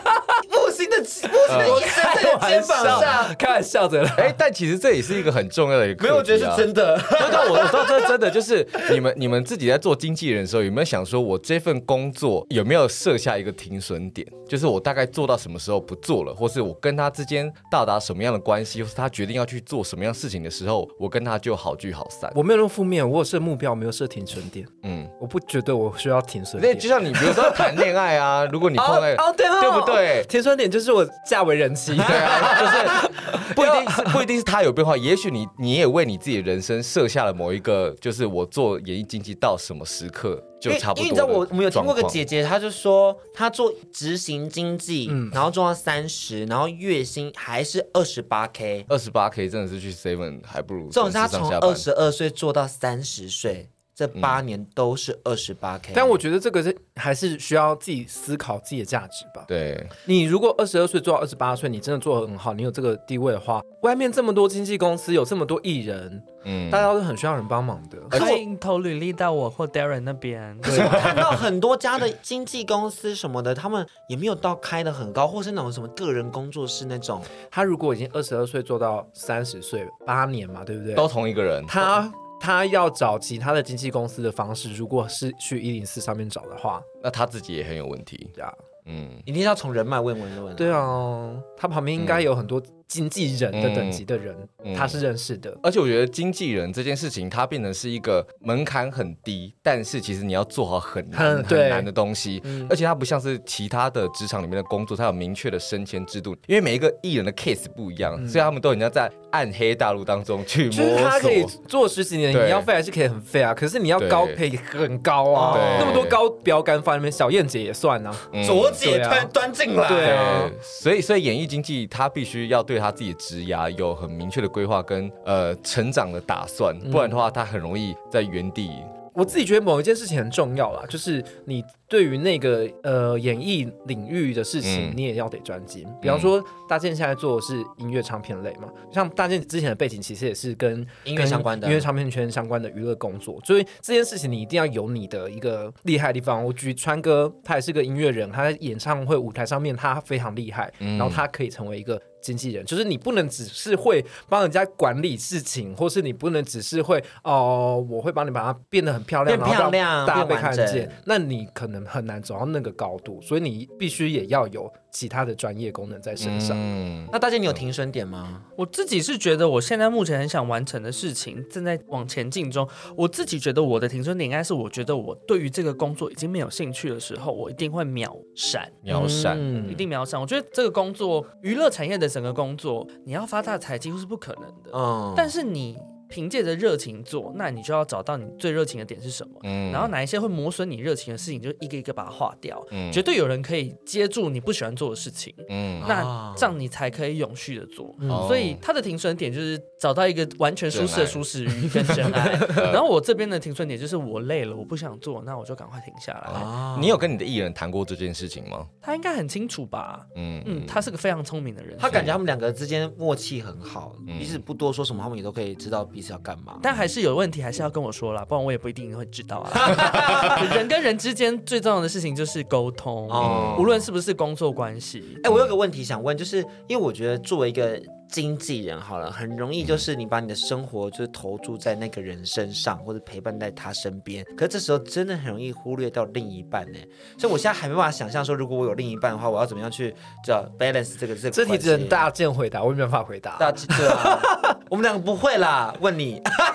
木星的木我在你的肩膀上。开玩笑的啦。哎，但其实这也是一个很重要的一个、啊，没有，我觉得是真的。对对，我我知道这是真的，就是你们你们自己在做经纪人的时候，有没有想说我这份工作有没有设下一个停损点？就是我大概做到什么时候不做了，或是我跟他之间到达什么样的关系，或是他决定要去做什么样事情的时候，我跟他就好聚好散。我没有那么负面，我有设目标，没有设停损点。嗯，我不觉得我需要停损那点。就像你比如说谈恋爱啊，如果你碰到那个哦，对哦，对不对停损点就是我嫁为人妻。对啊，就是 [LAUGHS] 不一定是不一定是他有变化，也许你你也为你自己的人生设下了某一个，就是我做演艺经济到什么时刻就差不多因为因为你知的道我我们有听状过况个姐姐，她就说她做执行经济，嗯然后做到三十，然后月薪还是二十八 k，二十八 K 真的是去 Seven 还不如这种是她公司从上下班二十二岁做到三十岁，这八年都是二十八 k。 [LAUGHS] 嗯但我觉得这个是还是需要自己思考自己的价值吧。对，你如果二十二岁做到二十八岁，你真的做得很好，你有这个地位的话，外面这么多经纪公司，有这么多艺人，嗯大，家都很需要人帮忙的。欢迎投履历到我或 Darren 那边。可是我看到很多家的经纪公司什么的，他们也没有到开的很高，或是那种什么个人工作室那种，他如果已经二十二岁做到三十岁，八年嘛，对不对？都同一个人，他他要找其他的经纪公司的方式，如果是去一零四上面找的话，那他自己也很有问题，对啊，嗯。一定要从人脉问问问。对啊，他旁边应该有很多经纪人的等级的人，嗯嗯他是认识的。而且我觉得经纪人这件事情，它变成是一个门槛很低，但是其实你要做好很难很很对嗯难的东西。而且它不像是其他的职场里面的工作，它有明确的升迁制度，因为每一个艺人的 case 不一样，所以他们都人家在暗黑大陆当中去嗯就是摸他可以索。做十几年，对你要废还是可以很废啊，可是你要对高可以很高啊对，那么多高标杆放在那边，小燕姐也算啊，嗯左姐对啊端端进来，对啊对，，所以所以演艺经济他必须要对他自己的职涯有很明确的规划跟呃成长的打算，嗯不然的话他很容易在原地。我自己觉得某一件事情很重要啦，就是你对于那个呃演艺领域的事情嗯，你也要得专精。比嗯方说，大健现在做的是音乐唱片类嘛，像大健之前的背景其实也是跟音乐跟相关的音乐唱片圈相关的娱乐工作，所以这件事情你一定要有你的一个厉害的地方。我举川哥，他也是个音乐人，他在演唱会舞台上面他非常厉害，嗯然嗯后他可以成为一个。经纪人就是你不能只是会帮人家管理事情，或是你不能只是会哦、我会帮你把它变得很漂亮。变然后漂让亮啊大家被变看完见整，那你可能很难走到那个高度，所以你必须也要有其他的专业功能在身上。嗯，那大家你有停损点吗？我自己是觉得，我现在目前很想完成的事情正在往前进中。我自己觉得我的停损点应该是，我觉得我对于这个工作已经没有兴趣的时候，我一定会秒闪。嗯秒闪。一定秒闪。我觉得这个工作，娱乐产业的整个工作，你要发大财几乎是不可能的。嗯，但是你凭借着热情做，那你就要找到你最热情的点是什么。嗯然后哪一些会磨损你热情的事情，就一个一个把它划掉。嗯绝对有人可以接住你不喜欢做的事情，嗯那这样你才可以永续的做。哦所以他的停损点就是找到一个完全舒适的舒适域跟真 [LAUGHS] 爱。呃然后我这边的停损点就是我累了，我不想做，那我就赶快停下来。啊哦你有跟你的艺人谈过这件事情吗？他应该很清楚吧？嗯嗯，他是个非常聪明的人，他感觉他们两个之间默契很好，嗯彼此不多说什么，他们也都可以知道彼此要干嘛。但还是有问题，还是要跟我说啦，不然我也不一定会知道 [LAUGHS] 啊。人跟人之间最重要的事情就是沟通，哦无论是不是工作关系。哎、我有个问题想问，就是因为我觉得作为一个经纪人，好了，很容易就是你把你的生活就是投注在那个人身上，或者陪伴在他身边，可是这时候真的很容易忽略到另一半呢。所以我现在还没办法想象说，如果我有另一半的话，我要怎么样去叫 balance 这个这个。这题只能。大件回答，我也没办法回答。大对啊，我们两个不会啦。问你， [LAUGHS]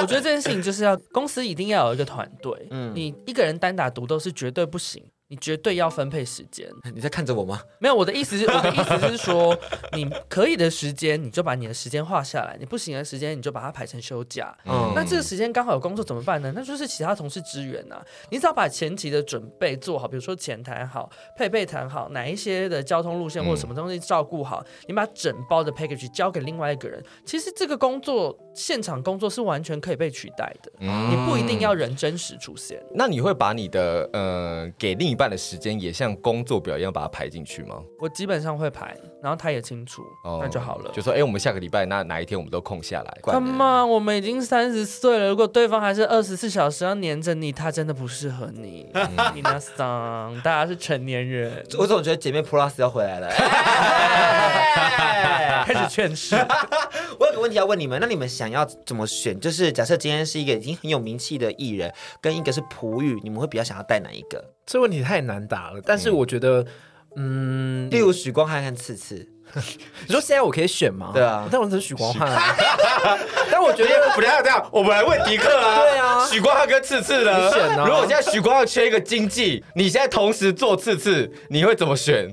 我觉得这件事情就是要公司一定要有一个团队，嗯你一个人单打独斗是绝对不行。你绝对要分配时间，你在看着我吗？没有我的意思是，我的意思是说，你可以的时间你就把你的时间划下来，你不行的时间你就把它排成休假，嗯，那这个时间刚好有工作怎么办呢？那就是其他同事支援呐、啊你只要把前期的准备做好，比如说前谈好、配备谈好，哪一些的交通路线或者什么东西照顾好，你把整包的 package 交给另外一个人。其实这个工作现场工作是完全可以被取代的，嗯你不一定要人真实出现。那你会把你的呃给另一半的时间也像工作表一样把它排进去吗？我基本上会排，然后他也清楚，那就好了就。说哎、诶我们下个礼拜那哪一天我们都空下来。他妈，我们已经三十岁了，如果对方还是二十四小时要黏着你，他真的不适合 [LAUGHS] 你。你那桑，大家是成年人，我总觉得姐妹 Plus 要回来了。 [LAUGHS] 开始劝世。我有个问题要问你们，那你们想要怎么选？就是假设今天是一个已经很有名气的艺人，跟一个是璞玉，你们会比较想要带哪一个？这问题太难答了。但是我觉得，嗯，例如许光汉和次次，你说现在我可以选吗？对啊但我只是许光汉 [LAUGHS] 啊。但我觉得不要这样，我们来问迪克啊。对啊许光汉跟次次呢？你选啊如果现在许光汉缺一个经济，你现在同时做次次，你会怎么选？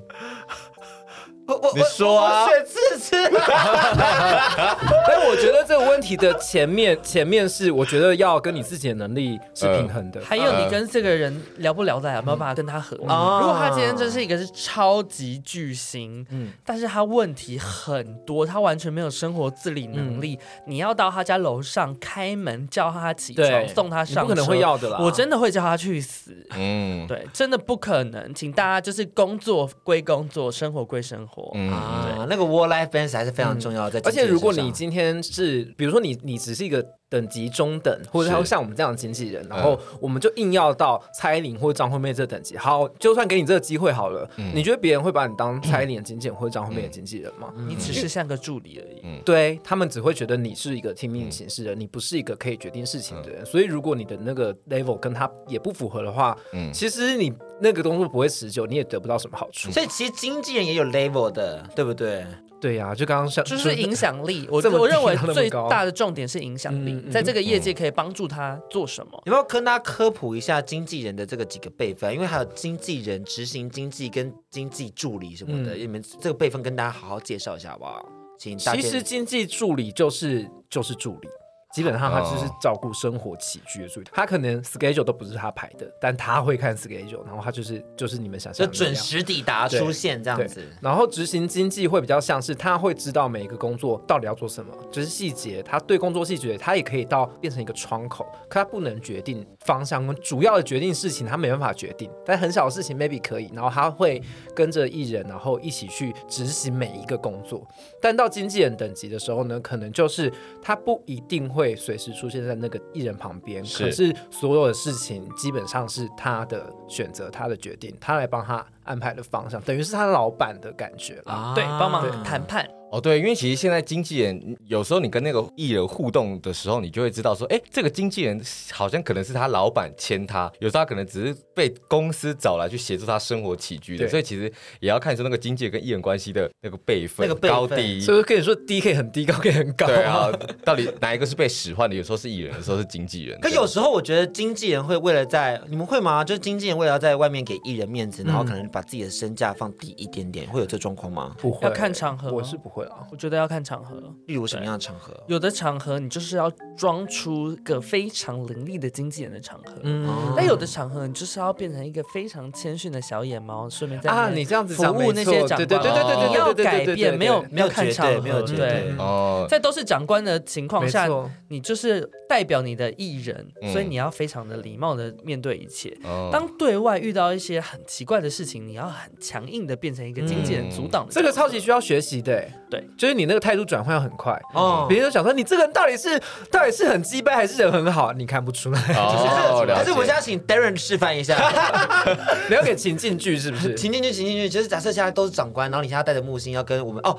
我我你说啊我选次次。 [LAUGHS] 但哎我觉得这个问题的前面前面是，我觉得要跟你自己的能力是平衡的。呃还有你跟这个人聊不聊得来，有没有办法跟他合？哦如果他今天真是一个是超级巨星，嗯，但是他问题很多，他完全没有生活自理能力，嗯你要到他家楼上开门叫他起床，对，送他上你不可能车会，要的啦。我真的会叫他去死。嗯，对，真的不可能，请大家就是工作归工作，生活归生活。嗯啊，那个 work life balance 还是非常重要的在经而纪人身上。且如果你今天是，比如说你你只是一个等级中等，或者他会像我们这样的经纪人，然后嗯我们就硬要到蔡依林或张惠妹这等级，好，就算给你这个机会好了，嗯你觉得别人会把你当蔡依林的经纪人或者张惠妹的经纪人吗？你只是像个助理而已。对他们只会觉得你是一个听命行事的人，你不是一个可以决定事情的人，所以如果你的那个 level 跟他也不符合的话，嗯其实你那个工作不会持久，你也得不到什么好处。所以其实经纪人也有 level 的，对不对？对呀、就刚刚像就是影响力，我 [LAUGHS] 这么我认为低到那么最高大的重点是影响力嗯，嗯在这个业界可以帮助他做什么。有没有跟大家科普一下经纪人的这个几个辈分？啊因为还有经纪人、执行经纪跟经纪助理什么的，你们这个辈分跟大家好好介绍一下好不好？请大其家实经济助理就是就是助理，基本上他就是照顾生活起居的助理。他可能 schedule 都不是他排的，但他会看 schedule，然后他就是就是你们想就象的那准样时抵达对出现这样对子。，然后执行经济会比较像是他会知道每一个工作到底要做什么，就是细节，他对工作细节他也可以到变成一个窗口，可他不能决定方向跟主要的决定事情，他没办法决定，但很小的事情 maybe 可以，然后他会跟着艺人，然后一起去执行每一个工作。但到经纪人等级的时候呢，可能就是他不一定会随时出现在那个艺人旁边，是可是所有的事情基本上是他的选择、他的决定，他来帮他安排的方向，等于是他老板的感觉啦。啊对，帮忙谈判。哦，对，因为其实现在经纪人有时候你跟那个艺人互动的时候，你就会知道说，哎，这个经纪人好像可能是他老板签他，有时候他可能只是被公司找来去协助他生活起居的，对所以其实也要看说那个经纪人跟艺人关系的那个辈分、那个辈高分低。所以我跟你说，低可以很低，高可以很高。对啊，到底哪一个是被使唤的？有时候是艺人，有时候是经纪人。可有时候我觉得经纪人会为了在你们会吗？就是经纪人为了要在外面给艺人面子，然后可能把自己的身价放低一点点，会有这状况吗？不会要看场合我是不会啊。我觉得要看场合，例如什么样的场合？有的场合你就是要装出个非常伶俐的经纪人的场合，嗯但有的场合你就是要变成一个非常谦逊的小野猫，顺便在那啊，边你这样子服讲没务那错些长对官，对对对对对你对，要对改变，没有没有看绝场对合，没有绝对对。哦，在都是长官的情况没下，错。你就是代表你的艺人，嗯所以你要非常的礼貌的面对一切。嗯哦当对外遇到一些很奇怪的事情，你要很强硬的变成一个经纪人嗯阻挡的角色、这个超级需要学习的、欸对，就是你那个态度转换要很快。哦，别人就想说你这个人到底是到底是很鸡掰还是人很好，你看不出来。哦，了可是解。我现在请 Darren 示范一下， [LAUGHS] 你要给情境剧是不 [LAUGHS] 是？请进去，请进去。就是假设现在都是长官，然后你现在带着木星要跟我们哦。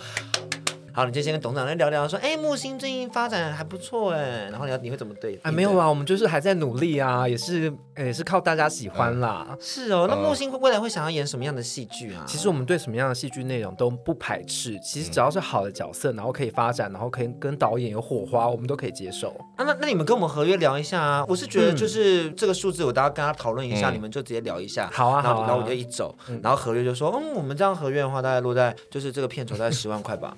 好，你就先跟董事长来聊聊，说，哎，木星最近发展还不错哎，然后你要你会怎么对？啊，没有，啊，我们就是还在努力啊，也是呃也是靠大家喜欢啦。是哦，那木星会未来会想要演什么样的戏剧啊？其实我们对什么样的戏剧内容都不排斥，其嗯实只要是好的角色，然后可以发展，然后可以跟导演有火花，我们都可以接 [LAUGHS] 受。啊，那那你们跟我们合约聊一下啊！我是觉嗯得就是这个数字，我大家跟他讨论一下，嗯你们就直接聊一下。好啊然好后啊然后我就一走，然后合约就说，嗯，我们这样合约的话，大概落在就是这个片酬大概十万块吧。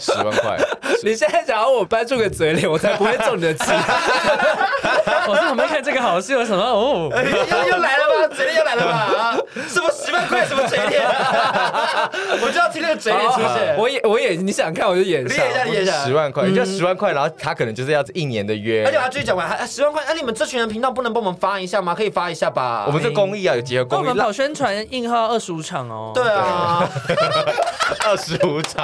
十万块， [LAUGHS] 你现在想要我搬出个嘴脸，我才不会中你的计。我说我没看这个好戏，我想说 [LAUGHS] 哦，哎又又来了吧，嘴脸又来了吧？啊，什么十万块什么嘴脸、我就要听那个嘴脸出现。我也我也，你想看我就演 [LAUGHS] 上练一。下，练一下十。万块，人家十万块，然后他可能就是要一年的约而且。我要继续讲完，还十万块，啊那、你们这群人频道不能帮我们发一下吗？可以发一下吧。我们这公益啊，有结合帮我公益们，跑宣传，硬号二十五场哦。对啊，二十五场，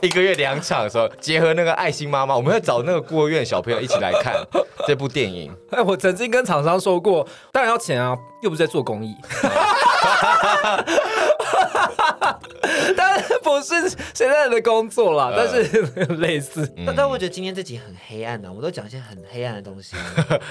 一个月两场的时候，结合那个爱心妈妈，我们会找那个孤儿院小朋友一起来 [LAUGHS] 看这部电影。哎，我曾经跟厂商说过，当然要钱啊，又不是在做公益。 [LAUGHS] 当然不是现在的工作啦，但是嗯 [LAUGHS] 类似。但但我觉得今天这集很黑暗啊的、我们都讲一些很黑暗的东西。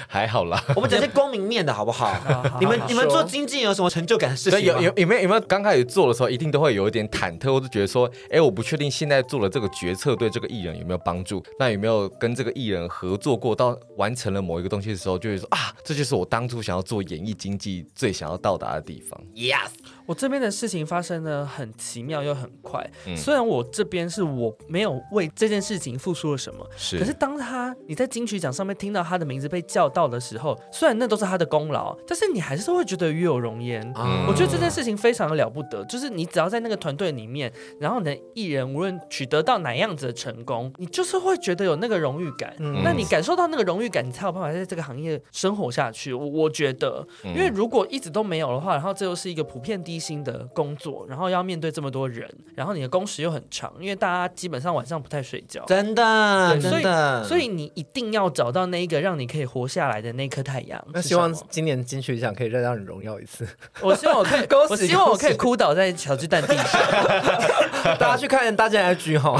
还好啦。我们讲一些光明面的好不好？ [LAUGHS] 你们你们做经济有什么成就感的事所情以吗有有有没有有没有刚开始做的时候，一定都会有一点忐忑，或者觉得说，哎，我不确定现在做了这个决策对这个艺人有没有帮助，那有没有跟这个艺人合作过？到完成了某一个东西的时候，就会说啊，这就是我当初想要做演艺经济最想要到达的地方。 ？Yes，我这边的事情发生的很奇妙又很快，虽然我这边是我没有为这件事情付出了什么，是可是当他你在金曲奖上面听到他的名字被叫到的时候，虽然那都是他的功劳，但是你还是会觉得与有容颜。嗯我觉得这件事情非常的了不得，就是你只要在那个团队里面，然后你的艺人无论取得到哪样子的成功，你就是会觉得有那个荣誉感。那你感受到那个荣誉感，你才有办法在这个行业生活下去。我我觉得，嗯嗯因为如果一直都没有的话，然后这又是一个普遍低薪的工作，然后要面对这么多人，然后你的工时又很长，因为大家基本上晚上不太睡觉。真的对所真以的，所以你一定要找到那一个让你可以活下来的那颗太阳。那是希望什么今年金曲奖可以再让你荣耀一次。 [LAUGHS] 我希望我可以恭，喜我希望我可恭以喜哭倒在小鸡蛋地上。大家去看大家来举哈，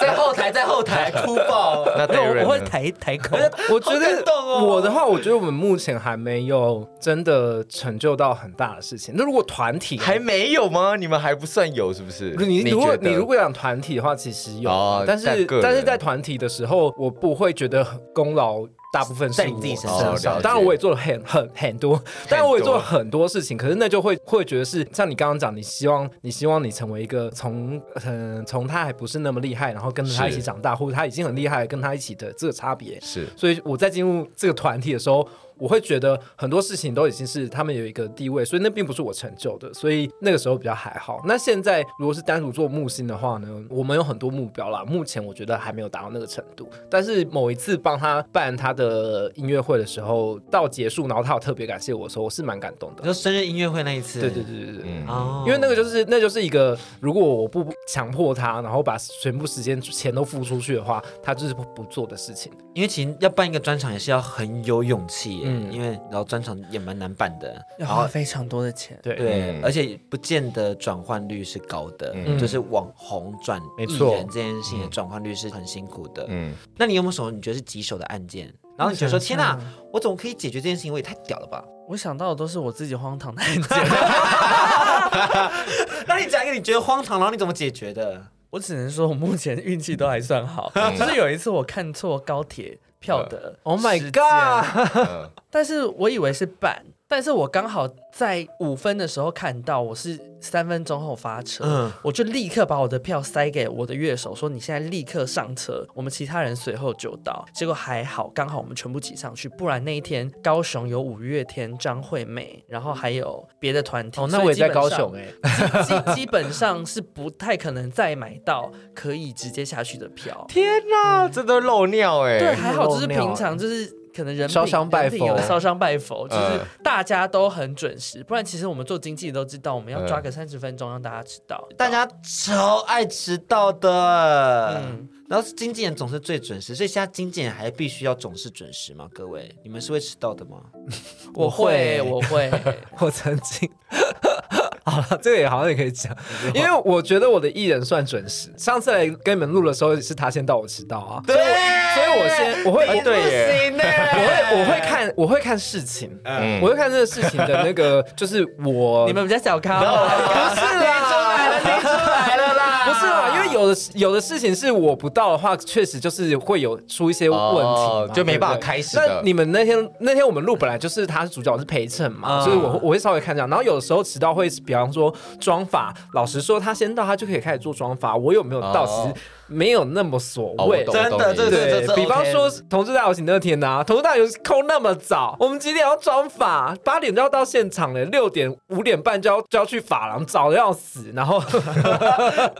在后台在后台哭爆。那因 Darren 为呢我会抬抬口。我觉好感得动哦我的话，我觉得我们目前还没有真的成就到很大的事情。那如果团体还没有吗？你们还不算有是不是？你如果觉得你如果讲团体的话，其实有，啊哦但是但个人但是在团体的时候，我不会觉得功劳大部分是在你自己我身上身哦了解上。当然我也做了很很很多，当然我也做了很多事情，可是那就会会觉得是像你刚刚讲，你希望你希望你成为一个从嗯、从他还不是那么厉害，然后跟着他是一起长大，或者他已经很厉害，跟他一起的这个差别。是所以我在进入这个团体的时候，我会觉得很多事情都已经是他们有一个地位，所以那并不是我成就的，所以那个时候比较还好。那现在如果是单独做木星的话呢，我们有很多目标啦，目前我觉得还没有达到那个程度。但是某一次帮他办他的音乐会的时候，到结束，然后他有特别感谢我的时候，我是蛮感动你的。说生日音乐会那一次，对对对对对。嗯哦，因为那个就是那就是一个，如果我不强迫他，然后把全部时间钱都付出去的话，他就是不不做的事情。因为其实要办一个专场也是要很有勇气耶，嗯因为然后专场也蛮难办的，要然花后。啊非常多的钱。对对，嗯而且不见得转换率是高的，嗯就是网红转没艺错人这件事情的转换率是很辛苦的。嗯，那你有没有什么你觉得是棘手的案件？然后你觉得说我想天一下哪，我怎么可以解决这件事情？我也太屌了吧！我想到的都是我自己荒唐的案件，那你讲一个你觉得荒唐，然后你怎么解决的？我只能说我目前运气都还算好。就是有一次我看错高铁票的 Oh my 时间 god！嗯。但是我以为是半，但是我刚好在五分的时候看到，我是三分钟后发车，嗯我就立刻把我的票塞给我的乐手，说你现在立刻上车，我们其他人随后就到。结果还好，刚好我们全部挤上去，不然那一天高雄有五月天、张惠妹，然后还有别的团体，哦，那我也在高所以基本上雄哎、基基本上是不太可能再买到可以直接下去的票 [LAUGHS] 天哪，这都漏尿哎、对，还好就是漏尿平常就是可能人品烧伤拜人品有佛烧伤拜佛，就是嗯大家都很准时。不然其实我们做经济都知道，我们要嗯抓个三十分钟让大家知道。大家超爱迟到的，嗯然后经纪人总是最准时，所以现在经纪人还必须要总是准时吗？各位，你们是会迟到的吗？我会，我会， [LAUGHS] [LAUGHS] 我曾经。好了，这个也好像也可以讲，因为我觉得我的艺人算准时。上次来跟你们录的时候，是他先到我迟到啊，对，所以我先我会哎对耶，行呢，我会我会看我会看事情，嗯我会看这个事情的那个，就是我你们比较小咖 [LAUGHS] 哦。不是啦，啊听出来了，听出来了啦，不是啦，因为有的有的事情是我不到的话，确实就是会有出一些问题嘛、哦就没办法对不对开始的那你们那天那天我们录本来就是他是主角我是陪衬嘛，啊嗯所以我我会稍微看这样。然后有的时候迟到会，比方说妆发，老实说他先到他就可以开始做妆发，我有没有到、哦其实没有那么所哦谓。我懂真的，这这这对这，比方 OK 说同志大游行那天呐、啊，同志大游行空那么早，我们几点要装法？八点就要到现场了，六点五点半就要就要去发廊，早的要死。然后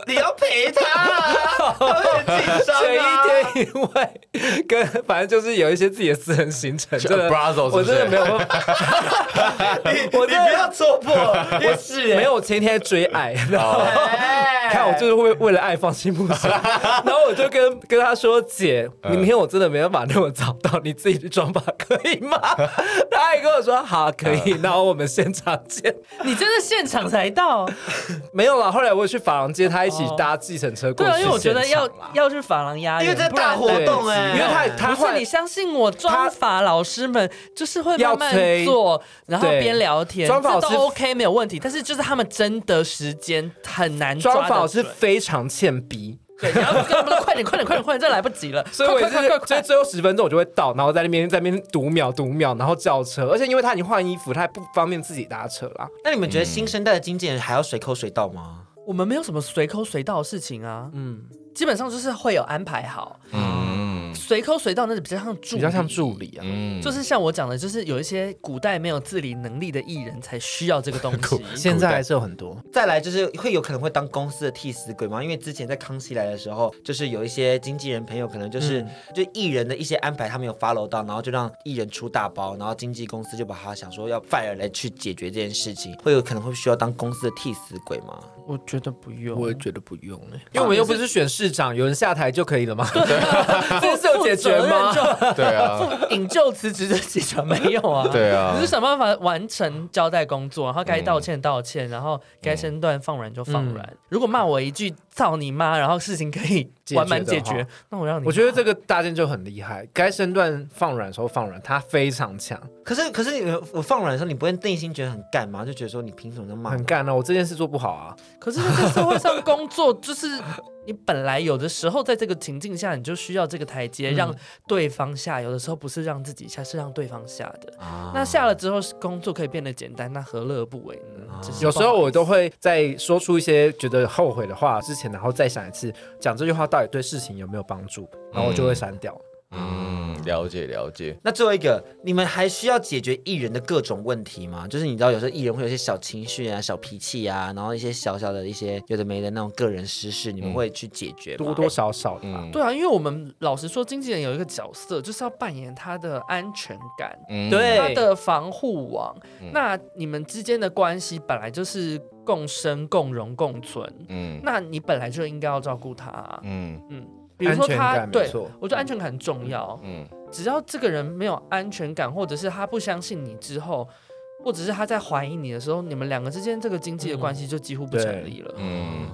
你要陪他啊，他会很紧张前啊。一天因为跟反正就是有一些自己的私人行程，去真的 Abrazo 我真是的不是没 [LAUGHS] 有办法， [LAUGHS] 我你不要戳 [LAUGHS] 破，也是欸没有我前一天在追爱，然后。哦哎 [LAUGHS] 看我就是为为了爱放弃 [LAUGHS] 不下，然后我就跟跟他说：“姐，嗯明天我真的没办法那么早到，你自己去装吧，可以 [LAUGHS] 吗？”他还跟我说：“好，可以。”嗯然后我们现场见。 [LAUGHS] [LAUGHS] 你真的现场才到？没有啦，后来我也去法郎接他一起哦搭计程车过去现场对啦。啊，因为我觉得要要去法郎压人，因为这不然大活动哎，因为他他不后是来你相信我，妆发老师们就是会要慢慢催做，然后对边聊天，妆发这老都师 OK 没有问题。但是就是他们真的时间很难抓妆得法是准非常欠逼，对，然后跟他们说快点快点快点快点，这来不及了，所以我也快是快快快所以快！最后十分钟我就会到，然后在那边在那边读秒读秒，然后叫车，而且因为他已经换衣服，他也不方便自己搭车啦。那你们觉得新生代的经纪人还要随口随到吗？我们没有什么随口随到的事情啊，嗯，基本上就是会有安排好，嗯随口随到那比较像助理，比较像助理啊。嗯就是像我讲的，就是有一些古代没有自理能力的艺人才需要这个东 [LAUGHS] 西。现在还是有很多，再来就是会有可能会当公司的替死鬼吗？因为之前在康熙来的时候，就是有一些经纪人朋友可能就是、就艺人的一些安排他没有 follow 到，然后就让艺人出大包，然后经纪公司就把他想说要 fire 来去解决这件事情，会有可能会需要当公司的替死鬼吗？我觉得不用，也觉得不用哎、因为我们又不是选市长，有人下台就可以了吗？这是有解决吗？ [LAUGHS] 对啊，负引咎辞职的几成没有啊？对啊只是想办法完成交代工作，然后该道歉道歉，然后嗯该身段放软就放软。如果骂我一句“操你妈”，然后事情可以解决完满的解话决，那我让你骂。 [LAUGHS] 我觉得这个大件就很厉害，该身段放软的时候放软，他非常强，可是可是你我放软的时候，你不会内心觉得很干嘛？就觉得说你凭什么这样骂我很？干啊！我这件事做不好啊，可是在社会上工作，就是你本来有的时候在这个情境下，你就需要这个台阶让对方下，有的时候不是让自己下，是让对方下的。啊那下了之后，工作可以变得简单，那何乐而不为呢？只是有时候不好我意思都会在说出一些觉得后悔的话之前，然后再想一次，讲这句话到底对事情有没有帮助，然后我就会删掉。嗯，了解了解。那最后一个，你们还需要解决艺人的各种问题吗？就是你知道，有时候艺人会有一些小情绪啊、小脾气啊，然后一些小小的一些有的没的那种个人私事，你们会去解决吗？多多少少的吧，嗯对啊，因为我们老实说，经纪人有一个角色，就是要扮演他的安全感。嗯对他的防护网，那你们之间的关系本来就是共生、共荣、共存，嗯那你本来就应该要照顾他啊、嗯比如说安全他感没对，错。我觉得安全感很重要。嗯只要这个人没有安全感，或者是他不相信你之后，或者是他在怀疑你的时候，你们两个之间这个经济的关系就几乎不成立了。嗯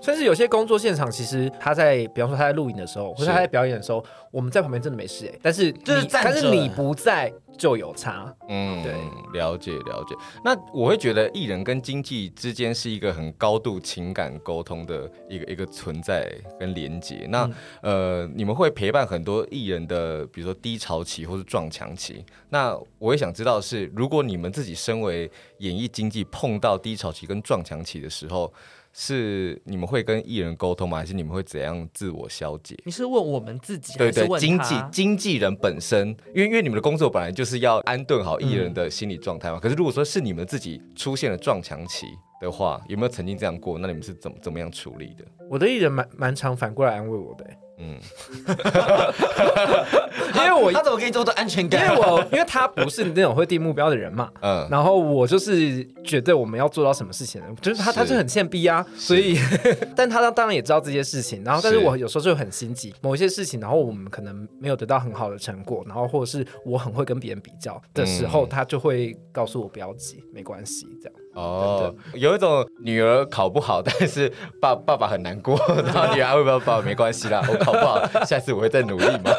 甚至有些工作现场，其实他在，比方说他在录影的时候，或者是他在表演的时候，我们在旁边真的没事哎、但是你就是站着但是你不在就有差，嗯，对，了解了解。那我会觉得艺人跟经纪之间是一个很高度情感沟通的一个一个存在跟连接。那、呃，你们会陪伴很多艺人的，比如说低潮期或是撞墙期。那我也想知道是，如果你们自己身为演艺经纪碰到低潮期跟撞墙期的时候，是你们会跟艺人沟通吗？还是你们会怎样自我消解？你是问我们自己，对还对是，问经他纪经纪人本身，因为因为你们的工作本来就是要安顿好艺人的心理状嗯态嘛。可是如果说是你们自己出现了撞墙期的话，有没有曾经这样过？那你们是怎么怎么样处理的？我的艺人蛮蛮常反过来安慰我的、欸嗯， [LAUGHS] 因为我哎他怎么给你这么多安全因 [LAUGHS] 为感？我因为他不是那种会定目标的人嘛，嗯然后我就是觉得我们要做到什么事情呢？就是他，是他就很欠逼啊，所以， [LAUGHS] 但他当然也知道这些事情。然后，但是我有时候就很心急，某一些事情，然后我们可能没有得到很好的成果，然后或者是我很会跟别人比较的时候，嗯他就会告诉我不要急，没关系，这样。哦，有一种女儿考不好，但是爸爸爸很难过，啊 [LAUGHS] 然后女儿安慰爸爸没关系啦，我考不好，下次我会再努力嘛。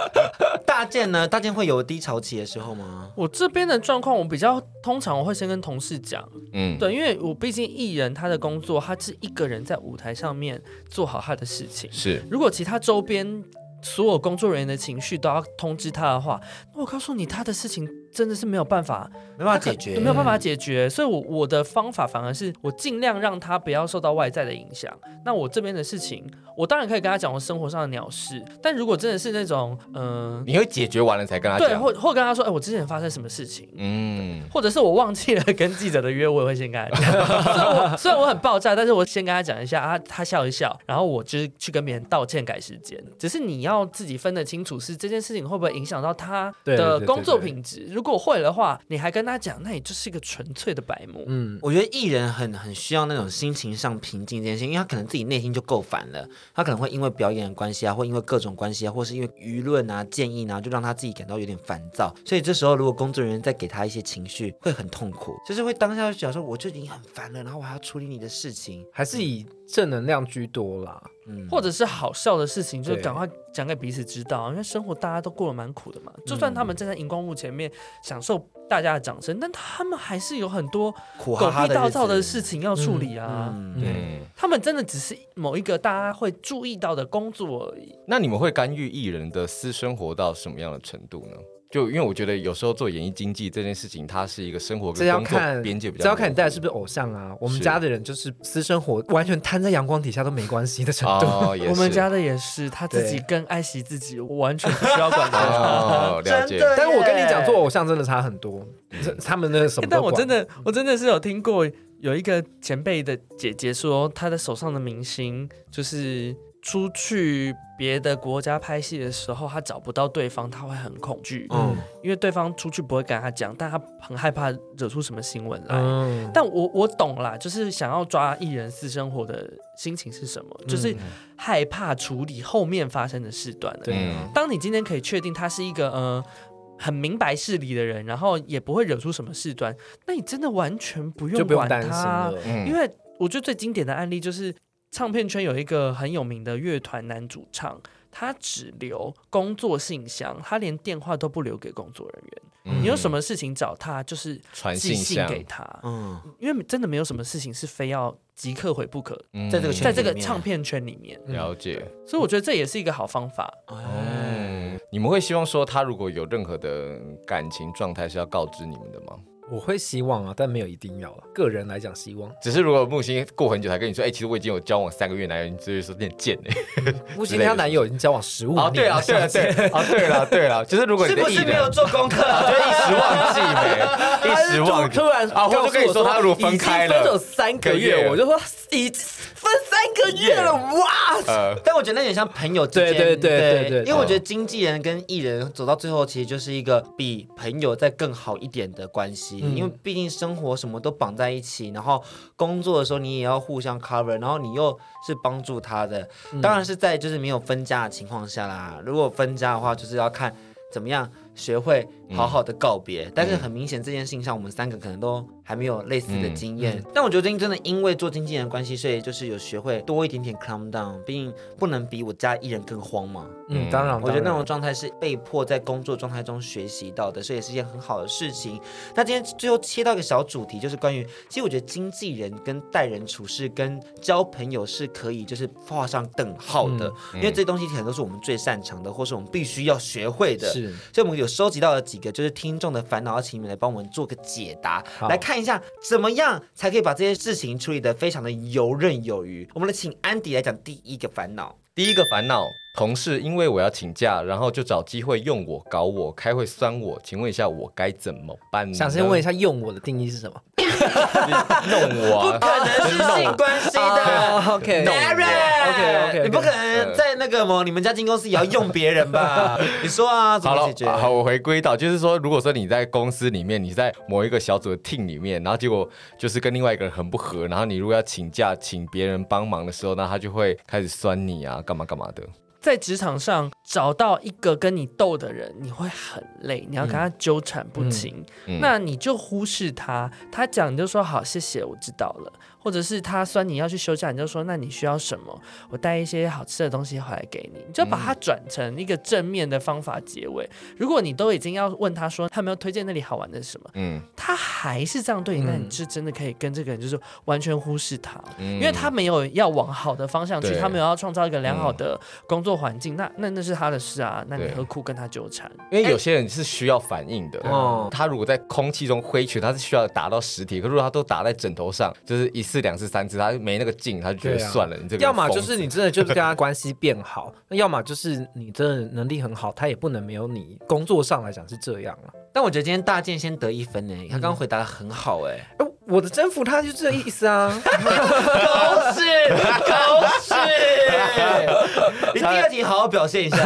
[LAUGHS] 大大件呢？大件会有低潮期的时候吗？我这边的状况，我比较通常我会先跟同事讲，嗯，对，因为我毕竟艺人他的工作，他是一个人在舞台上面做好他的事情。是如果其他周边所有工作人员的情绪都要通知他的话，那我告诉你，他的事情真的是没有办法，没办法他可解决，没有办法解决。所以我，我的方法反而是我尽量让他不要受到外在的影响。那我这边的事情，我当然可以跟他讲我生活上的鸟事，但如果真的是那种，嗯、你会解决完了才跟他对，讲，或或跟他说，哎、我之前发生什么事情。嗯，或者是我忘记了跟记者的约，我也会先跟他 [LAUGHS] 讲。虽然我虽然我很爆炸，但是我先跟他讲一下啊，他笑一笑，然后我就是去跟别人道歉改时间。只是你要自己分得清楚，是这件事情会不会影响到他对对对的对工作对品质。如果会的话，你还跟他讲，那你就是一个纯粹的白目。嗯，我觉得艺人很很需要那种心情上平静这件事，因为他可能自己内心就够烦了，他可能会因为表演的关系啊，或因为各种关系啊，或是因为舆论啊、建议啊，就让他自己感到有点烦躁。所以这时候如果工作人员再给他一些情绪，会很痛苦，就是会当下就想说我就已经很烦了，然后我还要处理你的事情，还是以正能量居多啦。嗯，或者是好笑的事情，就对赶快讲给彼此知道，因为生活大家都过得蛮苦的嗯嘛。就算他们站在荧光幕前面享受大家的掌声，但他们还是有很多苦狗哈哈屁的倒日灶的子事情要处理啊。嗯嗯，他们真的只是某一个大家会注意到的工作而已。那你们会干预艺人的私生活到什么样的程度呢？就因为我觉得有时候做演艺经纪这件事情，它是一个生活这跟要工作看边界比较模糊，这要看你带的是不是偶像啊。我们是家的人就是私生活完全摊在阳光底下都没关系的程度。 [LAUGHS] 哦，也是我们家的也是，他自己对更爱惜自己，我完全不需要管 [LAUGHS] 他。哦，了真，解的但是我跟你讲，做偶像真的差很多，嗯这他们那个欸什么都哎但我管真的，我真的是有听过有一个前辈的姐姐说，她的手上的明星就是出去别的国家拍戏的时候，她找不到对方，她会很恐哎啊惧，嗯，因为对方出去不会跟她讲，但她很害怕惹出什么新闻来。嗯，但我我懂啦，就是想要抓艺人私生活的心情是什么，就是害怕处理后面发生的事端了。嗯对啊嗯当你今天可以确定他是一个呃很明白事理的人，然后也不会惹出什么事端，那你真的完全不就用不用管担心他了，。嗯因为我觉得最经典的案例就是唱片圈有一个很有名的乐团男主唱，他只留工作信箱，他连电话都不留给工作人员。嗯你有什么事情找他，就是嗯传寄信信箱？给他。嗯，因为真的没有什么事情是非要即刻回不可，嗯在这个圈在子这个嗯里面唱片圈里面，了解，所以我觉得这也是一个好方 [LAUGHS] 法。哎，嗯，你们会希望说他如果有任何的感情状态是要告知你们的吗？我会希望啊，但没有一定要啊。个人来讲，希望只是如果木星过很久才跟你说，哎、其实我已经有交往三个月男友，你就会说你很贱哎、木星跟她男友已经交往十五年哦，对啊，对啊，对 [LAUGHS] 啊，哦，对了，对了，就是如果你是的不艺是人，啊没有做功课？就一时忘记 [LAUGHS] 没，一时忘记突然啊，我就跟你说他如果分开已经分手了，三个个月月，我就说已经分三个月了，哇！呃，但我觉得那有点像朋友之间，对对对对对因为我觉得经纪人跟艺人走到最后，其实就是一个比朋友再更好一点的关系，嗯因为毕竟生活什么都绑在一起，然后工作的时候你也要互相 cover，然后你又是帮助他的，当然是在就是没有分家的情况下啦。如果分家的话，就是要看怎么样学会好好的告别。但是很明显，这件事情上我们三个可能都还没有类似的经验。但我觉得最近真的因为做经纪人的关系，所以就是有学会多一点点 calm down，毕竟不能比我家艺人更慌嘛。嗯，当然，我觉得那当种然状态是被迫在工作状态中学习到的，所以也是一件很好的事情。那今天最后切到一个小主题，就是关于，其实我觉得经纪人跟待人处事跟交朋友是可以就是画上等号的，嗯因为这些东西可能都是我们最擅长的，或是我们必须要学会的。是所以我们有收集到了几个就是听众的烦恼，请你们来帮我们做个解答，好来看一下怎么样才可以把这些事情处理得非常的游刃有余。我们来请安迪来讲第一个烦恼。第一个烦恼，同事因为我要请假，然后就找机会用我、搞我、开会酸我，请问一下我该怎么办呢？想先问一下，下，用我的定义是什么？弄我、啊，可能是哦性关系哎 [LAUGHS] 啊 [LAUGHS] 的。哦 OK Darren， OK，OK，OK 你不可能在那个么，你们家进公司也要用别人 [LAUGHS] 吧？你说啊，怎好么了解决？，好，我回归到，就是说，如果说你在公司里面，你在某一个小组的 team 里面，然后结果就是跟另外一个人很不合，然后你如果要请假请别人帮忙的时候，那他就会开始酸你啊，干嘛干嘛的。在职场上找到一个跟你斗的人，你会很累，你要跟他纠缠不清，嗯那你就忽视他。他讲你就说好，谢谢，我知道了。或者是他酸你要去休假，你就说那你需要什么？我带一些好吃的东西回来给你，你就把嗯它转成一个正面的方法结尾。如果你都已经要问他说他有没有推荐那里好玩的什么，嗯他还是这样对你，那你嗯就真的可以跟这个人就是完全忽视他。嗯因为他没有要往好的方向去，对他没有要创造一个良好的工作环境，那那那是他的事啊，那你对何苦跟他 [LAUGHS] 纠缠？因为有些人是需要反应的，哦他如果在空气中挥拳，他是需要打到实体，可如果他都打在枕头上，就是一次、两次、三次，他没那个劲，他就觉得对啊算了，你这个要么疯就子是你真的就是跟他关系变好，那 [LAUGHS] 要么就是你真的能力很好，他也不能没有你。工作上来讲是这样啊。但我觉得今天大健先得一分呢，他刚刚回答的很好哎。哎，我的征服他就这意思啊。狗屎，狗 [LAUGHS] 屎！你第二题好好表 [LAUGHS] 现一下。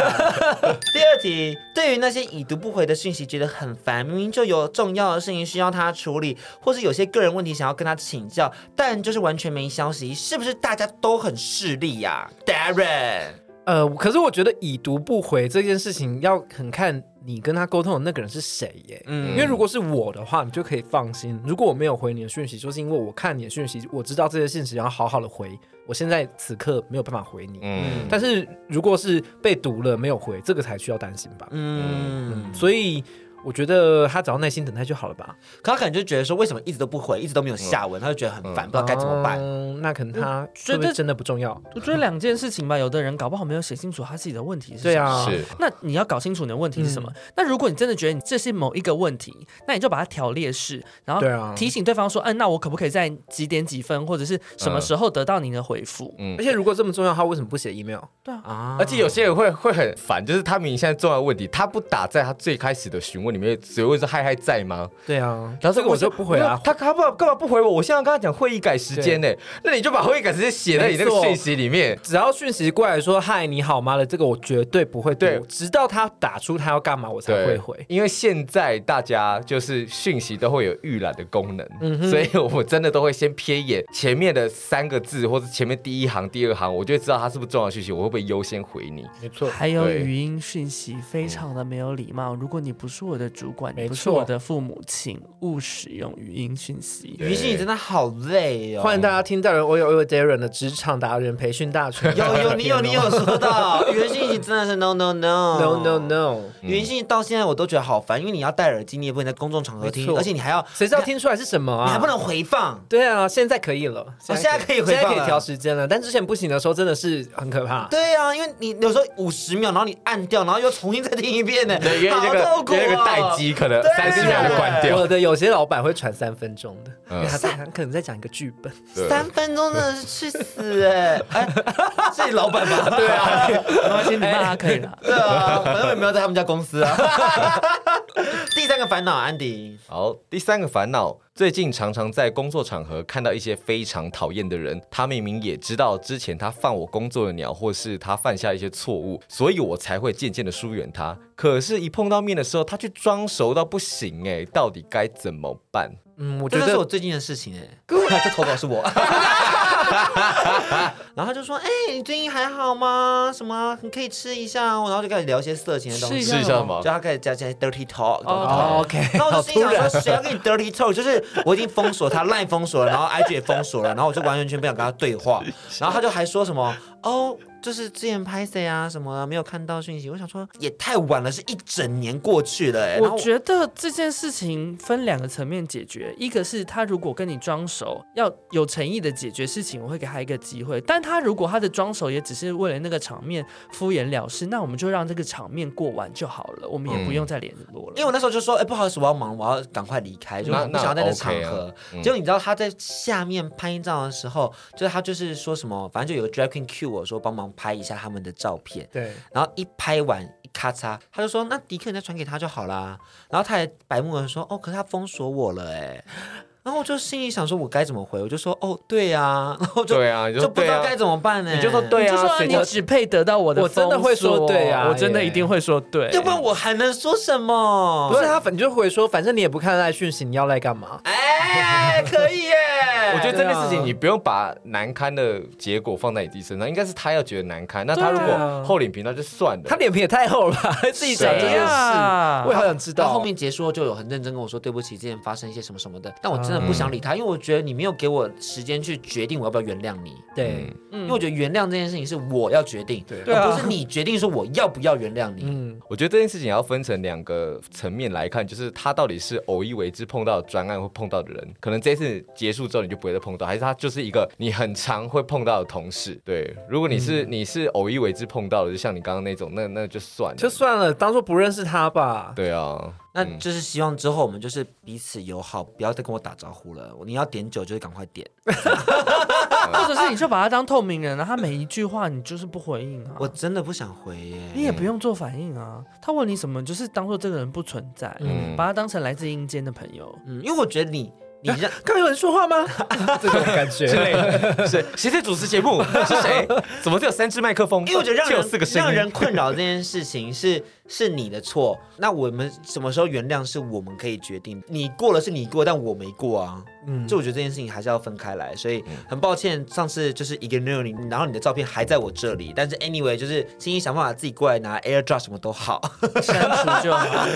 第二题，对于那些已读不回的讯息觉得很烦，明明就有重要的事情需要他处理，或是有些个人问题想要跟他请教，但就是完全没消息，是不是大家都很势利呀、d a r r e n 呃，可是我觉得已读不回这件事情要很看你跟他沟通的那个人是谁耶。嗯因为如果是我的话，你就可以放心。如果我没有回你的讯息，就是因为我看你的讯息，我知道这些信息，然后好好的回。我现在此刻没有办法回你，嗯，但是如果是被读了没有回，这个才需要担心吧。嗯，所以我觉得他只要耐心等待就好了吧。可他可能就觉得说，为什么一直都不回，一直都没有下文，他就觉得很烦，不知道该怎么办。嗯那可能他觉觉得得真的不重要。我觉得两件事情吧，有的人搞不好没有写清楚他自己的问题是什么。对啊，嗯是那你要搞清楚你的问题是什么。那如果你真的觉得你这是某一个问题，那你就把它条列式，然后对啊提醒对方说，嗯、那我可不可以在几点几分或者是什嗯么时候得到您的回复？而且如果这么重要，他为什么不写 email？啊而且有些人会会很烦，就是他明明现在重要的问题，他不打在他最开始的询问里面，只会说嗨嗨在吗？对啊，然后这个我就不回啊啊。。他他不干嘛不回我？我现在跟他讲会议改时间呢，那你就把会议改时间写在你那个没错讯息里面。只要讯息过来说“嗨，你好吗”的，这个我绝对不会读对直到他打出他要干嘛，我才会回。因为现在大家就是讯息都会有预览的功能，嗯所以我真的都会先瞥一眼前面的三个字，或者前面第一行、第二行，我就会知道它是不是重要的讯息，我会不会优先回你？没错，还有对语音讯息非常的没有礼貌。如果你不是我的主管，嗯没你不是错我的父母，请勿使用语音讯息。于是你真的好累哦。欢迎大家听到了我有我有 Darren 的职场达人培训大 [LAUGHS] 全。有有你有你有说到，语言信息真的是 no no no ？No No No，语言信息到现在我都觉得好烦，因为你要戴耳机，你也不能在公众场合没听，错而且你还要谁知道听出来是什么你啊？还不能回放。对啊，现在可以了，哦现在可以回现在放可以了调时间了，但之前不行的时候真的是很可怕。对啊，因为你有时候五十秒，然后你按掉，然后又重新再听一遍呢，对，因为那个、好啊痛苦、因为那个待哦。机可能对三十秒就关掉。我的有些老板会传三分钟的，嗯因为他在他啊可能在讲一个剧本。对三分钟真的是去死哎！哎，是你老板吧？对啊，没关系，你骂他可以了。对啊，反正我也没有在他们家公司啊。 [LAUGHS] 第三个烦恼，安迪，好，第三个烦恼，最近常常在工作场合看到一些非常讨厌的人，他明明也知道之前他犯我工作的鸟，或是他犯下一些错误，所以我才会渐渐的疏远他。可是，一碰到面的时候，他却装熟到不行、哎，到底该怎么办？ [LAUGHS] 嗯，我觉这就是我得最近的事情 [LAUGHS] 哎，这投稿是我。然后他就说：“哎、你最近还好吗？什么你可以吃一下哦。”然后就开始聊一些色情的东试一西，下试一下嘛就他开始加些 dirty talk。哦 OK， [LAUGHS] 然后我好就心突里想然。说，谁要跟你 dirty talk？就是我已经封锁他，line 封锁了，然后 IG 也封锁了，然后我就完全不想跟他对话。然后他就还说什么哦，就是之前拍谁啊什么啊没有看到讯息。我想说也太晚了，是一整年过去了、哎。然后我觉得这件事情分两个层面解决，一个是他如果跟你装熟，要有诚意的解决事情，我会给他一个机会；但他如果他的装熟也只是为了那个场面敷衍了事，那我们就让这个场面过完就好了，我们也不嗯用再联络了。因为我那时候就说，哎、不好意思，我要忙，我要赶快离开，就是那我不想要在那场 OK 啊合。嗯结果你知道他在下面拍照的时候，就是他就是说什么，反正就有个 drag queen cue 我说帮忙拍一下他们的照片，对，然后一拍完一咔嚓，他就说那迪克你再传给他就好啦。然后他还白目的说，哦，可是他封锁我了哎、然后我就心里想说，我该怎么回？我就说，哦，对呀、然后就对啊，你就就不知道对啊该怎么办呢、哎你就说对你就啊说啊谁你叫只配得到我的我真的会说封锁对啊我真的耶一定会说对，哎要不然我还能说什么？啊哦不是他，反你就回说，反正你也不看赖讯息，你要赖干嘛？哎、哎，可以耶！ [LAUGHS] 我觉得这件事对啊情你不用把难堪的结果放在你自己身上，应该是他要觉得难堪。那他如对啊果厚脸皮，那就算了。他脸皮也太厚了 [LAUGHS] 吧，自己讲这件谁事，啊我也好想知到道。后面结束后就有很认真跟我说对不起，之前发生一些什么什么的，但我真的不想理他，因为我觉得你没有给我时间去决定我要不要原谅你，嗯对，因为我觉得原谅这件事情是我要决定，对而不是你决定说我要不要原谅你。嗯，我觉得这件事情要分成两个层面来看，就是他到底是偶一为之碰到的专案会碰到的人，可能这一次结束之后你就不会再碰到，还是他就是一个你很常会碰到的同事。对，如果你是、你是偶一为之碰到的，就像你刚刚那种，那那就算了。就算了，当做不认识他吧。对啊，那嗯就是希望之后我们就是彼此友好，不要再跟我打招呼了。你要点酒就是赶快点， [LAUGHS] 或者是你就把他当透明人啊，他每一句话你就是不回应啊，我真的不想回你耶。也不用做反应啊。他问你什么，你就是当做这个人不存在，嗯把他当成来自阴间的朋 [LAUGHS] 友。嗯，因为我觉得你你让刚有人说 [LAUGHS] 话吗？这种感觉。 [LAUGHS] 是谁在主持节目？是谁？怎么只有三支麦克风？因为我觉得让只有 [LAUGHS] 人四个声音，让人困扰这件事情是是你的错，那我们什么时候原谅是我们可以决定。你过了是你过，但我没过啊。嗯，就我觉得这件事情还是要分开来，所以很抱歉，上次就是一个 n 你，然后你的照片还在我这里，但是 anyway 就是轻易想办法自己过来拿 AirDrop 什么都好，删除就好。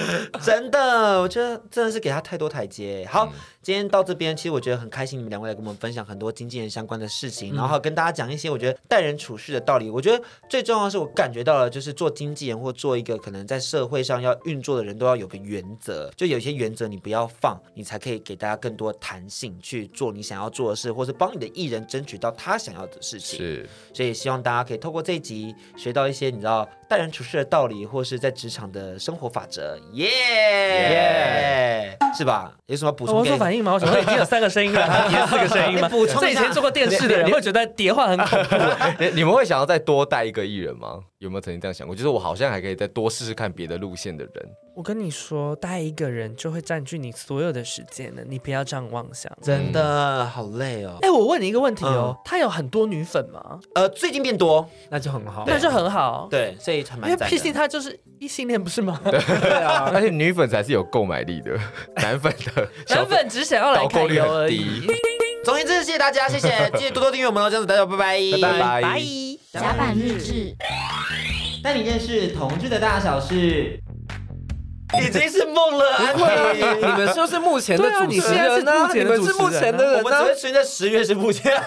真的，我觉得真的是给他太多台阶。好，今天到这边，其实我觉得很开心，你们两位来跟我们分享很多经纪人相关的事情，然后跟大家讲一些我觉得待人处事的道理。我觉得最重要的是，我感觉到了，就是做经纪人或做一个可能在社会上要运作的人，都要有个原则，就有一些原则你不要放，你才可以给大家更多弹性去做你想要做的事，或是帮你的艺人争取到他想要的事情。是所以希望大家可以透过这一集学到一些你知道待人处事的道理，或是在职场的生活法则，耶、是吧？有什么补我充要给？做反应吗？我 [LAUGHS] 想说已经有三个声音了， [LAUGHS] 还有四个声音吗？你补充一下这以前做过电视的人会觉得叠话很恐怖。你哎你们会想要再多带一个艺人吗？有没有曾经这样想过？就是我好像还可以再多试试看别的路线的人。 [LAUGHS] 我跟你说，带一个人就会占据你所有的时间的，你不要这样妄想。真的好累哦。哎，我问你一个问题哦，他有很多女粉吗？呃，最近变多， [LAUGHS] 那就很好。那就很好，对，所以还因蛮为赞毕竟的。他就是异性恋，不是吗？啊而且女粉才是有购买力的， [LAUGHS] 男粉的小 [LAUGHS] 男粉只想要来导购揩率油而很已低。。总而言之，谢谢大家，谢 [LAUGHS] 谢，记得多多订阅我们哦。这样子，大家拜拜，拜拜拜。甲板日志。带你认识同志的大小事。已经是梦了，安妮。你们就是目前的对啊主持人你现在是目啊，前你的们主持人啊是目前的 [LAUGHS] 我人们只啊会。存在十月是目前，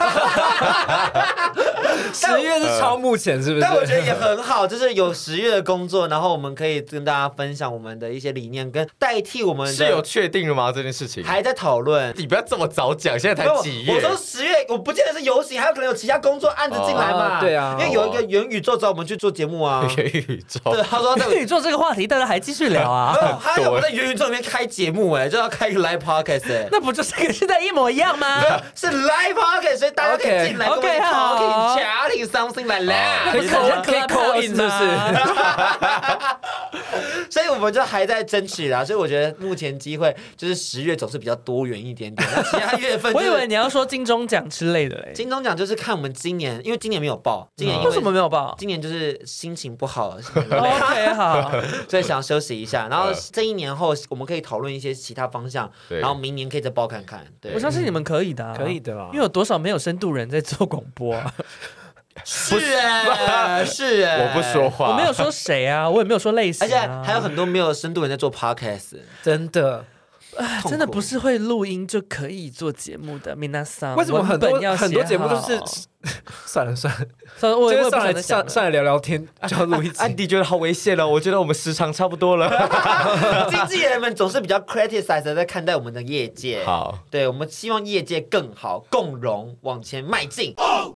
十月是超目前，是不是？但我觉得也很好， [LAUGHS] 就是有十月的工作，然后我们可以跟大家分享我们的一些理念，跟代替我们的是有确定了吗？这件事情？还在讨论。你不要这么早讲，现在没有才几我页？说十月，我不见得是游行，还有可能有其他工作案子进来嘛。哦对啊因为有一个元宇宙找我们去做节目啊。 [LAUGHS] 元宇宙，对，他说在。元宇宙这个话题，大家还继续聊啊没？ [LAUGHS] 有，他有我们在元宇宙里面开节目哎、就要开一个 live podcast [LAUGHS] 哎、那不就是跟现在一模一样吗？ [LAUGHS] 是 live podcast，所以大家可以进来跟我们 OK，OK，好 talking chatting something like 哦 that。可以口 call- 可以 call in 是不是？所以我们就还在争取啦。所以我觉得目前机会就是十月总是比较多元一点点，那其他月份、就 [LAUGHS] [LAUGHS] 我是、以为你要说金钟奖之类的嘞，哦金钟奖就是看我们今年，因为今年没有哦报，今年因为什么哦没有报今年就是心情不好， [LAUGHS] 心情累？OK，好，所以想休息一下。然后这一年后，我们可以讨论一些其他方向，对然后明年可以再报看看。对 [LAUGHS] 我，相信你们可以的啊，可以的啦因为有多少没有深度人在做广播啊？是 [LAUGHS] 哎，是哎，我不说。话，我没有说谁啊，我也没有说类型而且啊，还有很多没有深度的人在做 [LAUGHS] podcast，真的。哎痛苦真的不是会录音就可以做节目的。米娜桑，为什么很多嗯文本要写好很多节目都是？ [LAUGHS] 算了算了，算了，我今天也我也不上想来再讲上了上来聊聊天，就要录啊一安集。迪觉得好危险哦了，我觉得我们时长差不多了。经纪人们总是比较 criticize 地在看待我们的业界。 [LAUGHS] 好。对，我们希望业界更好，共荣往前迈进。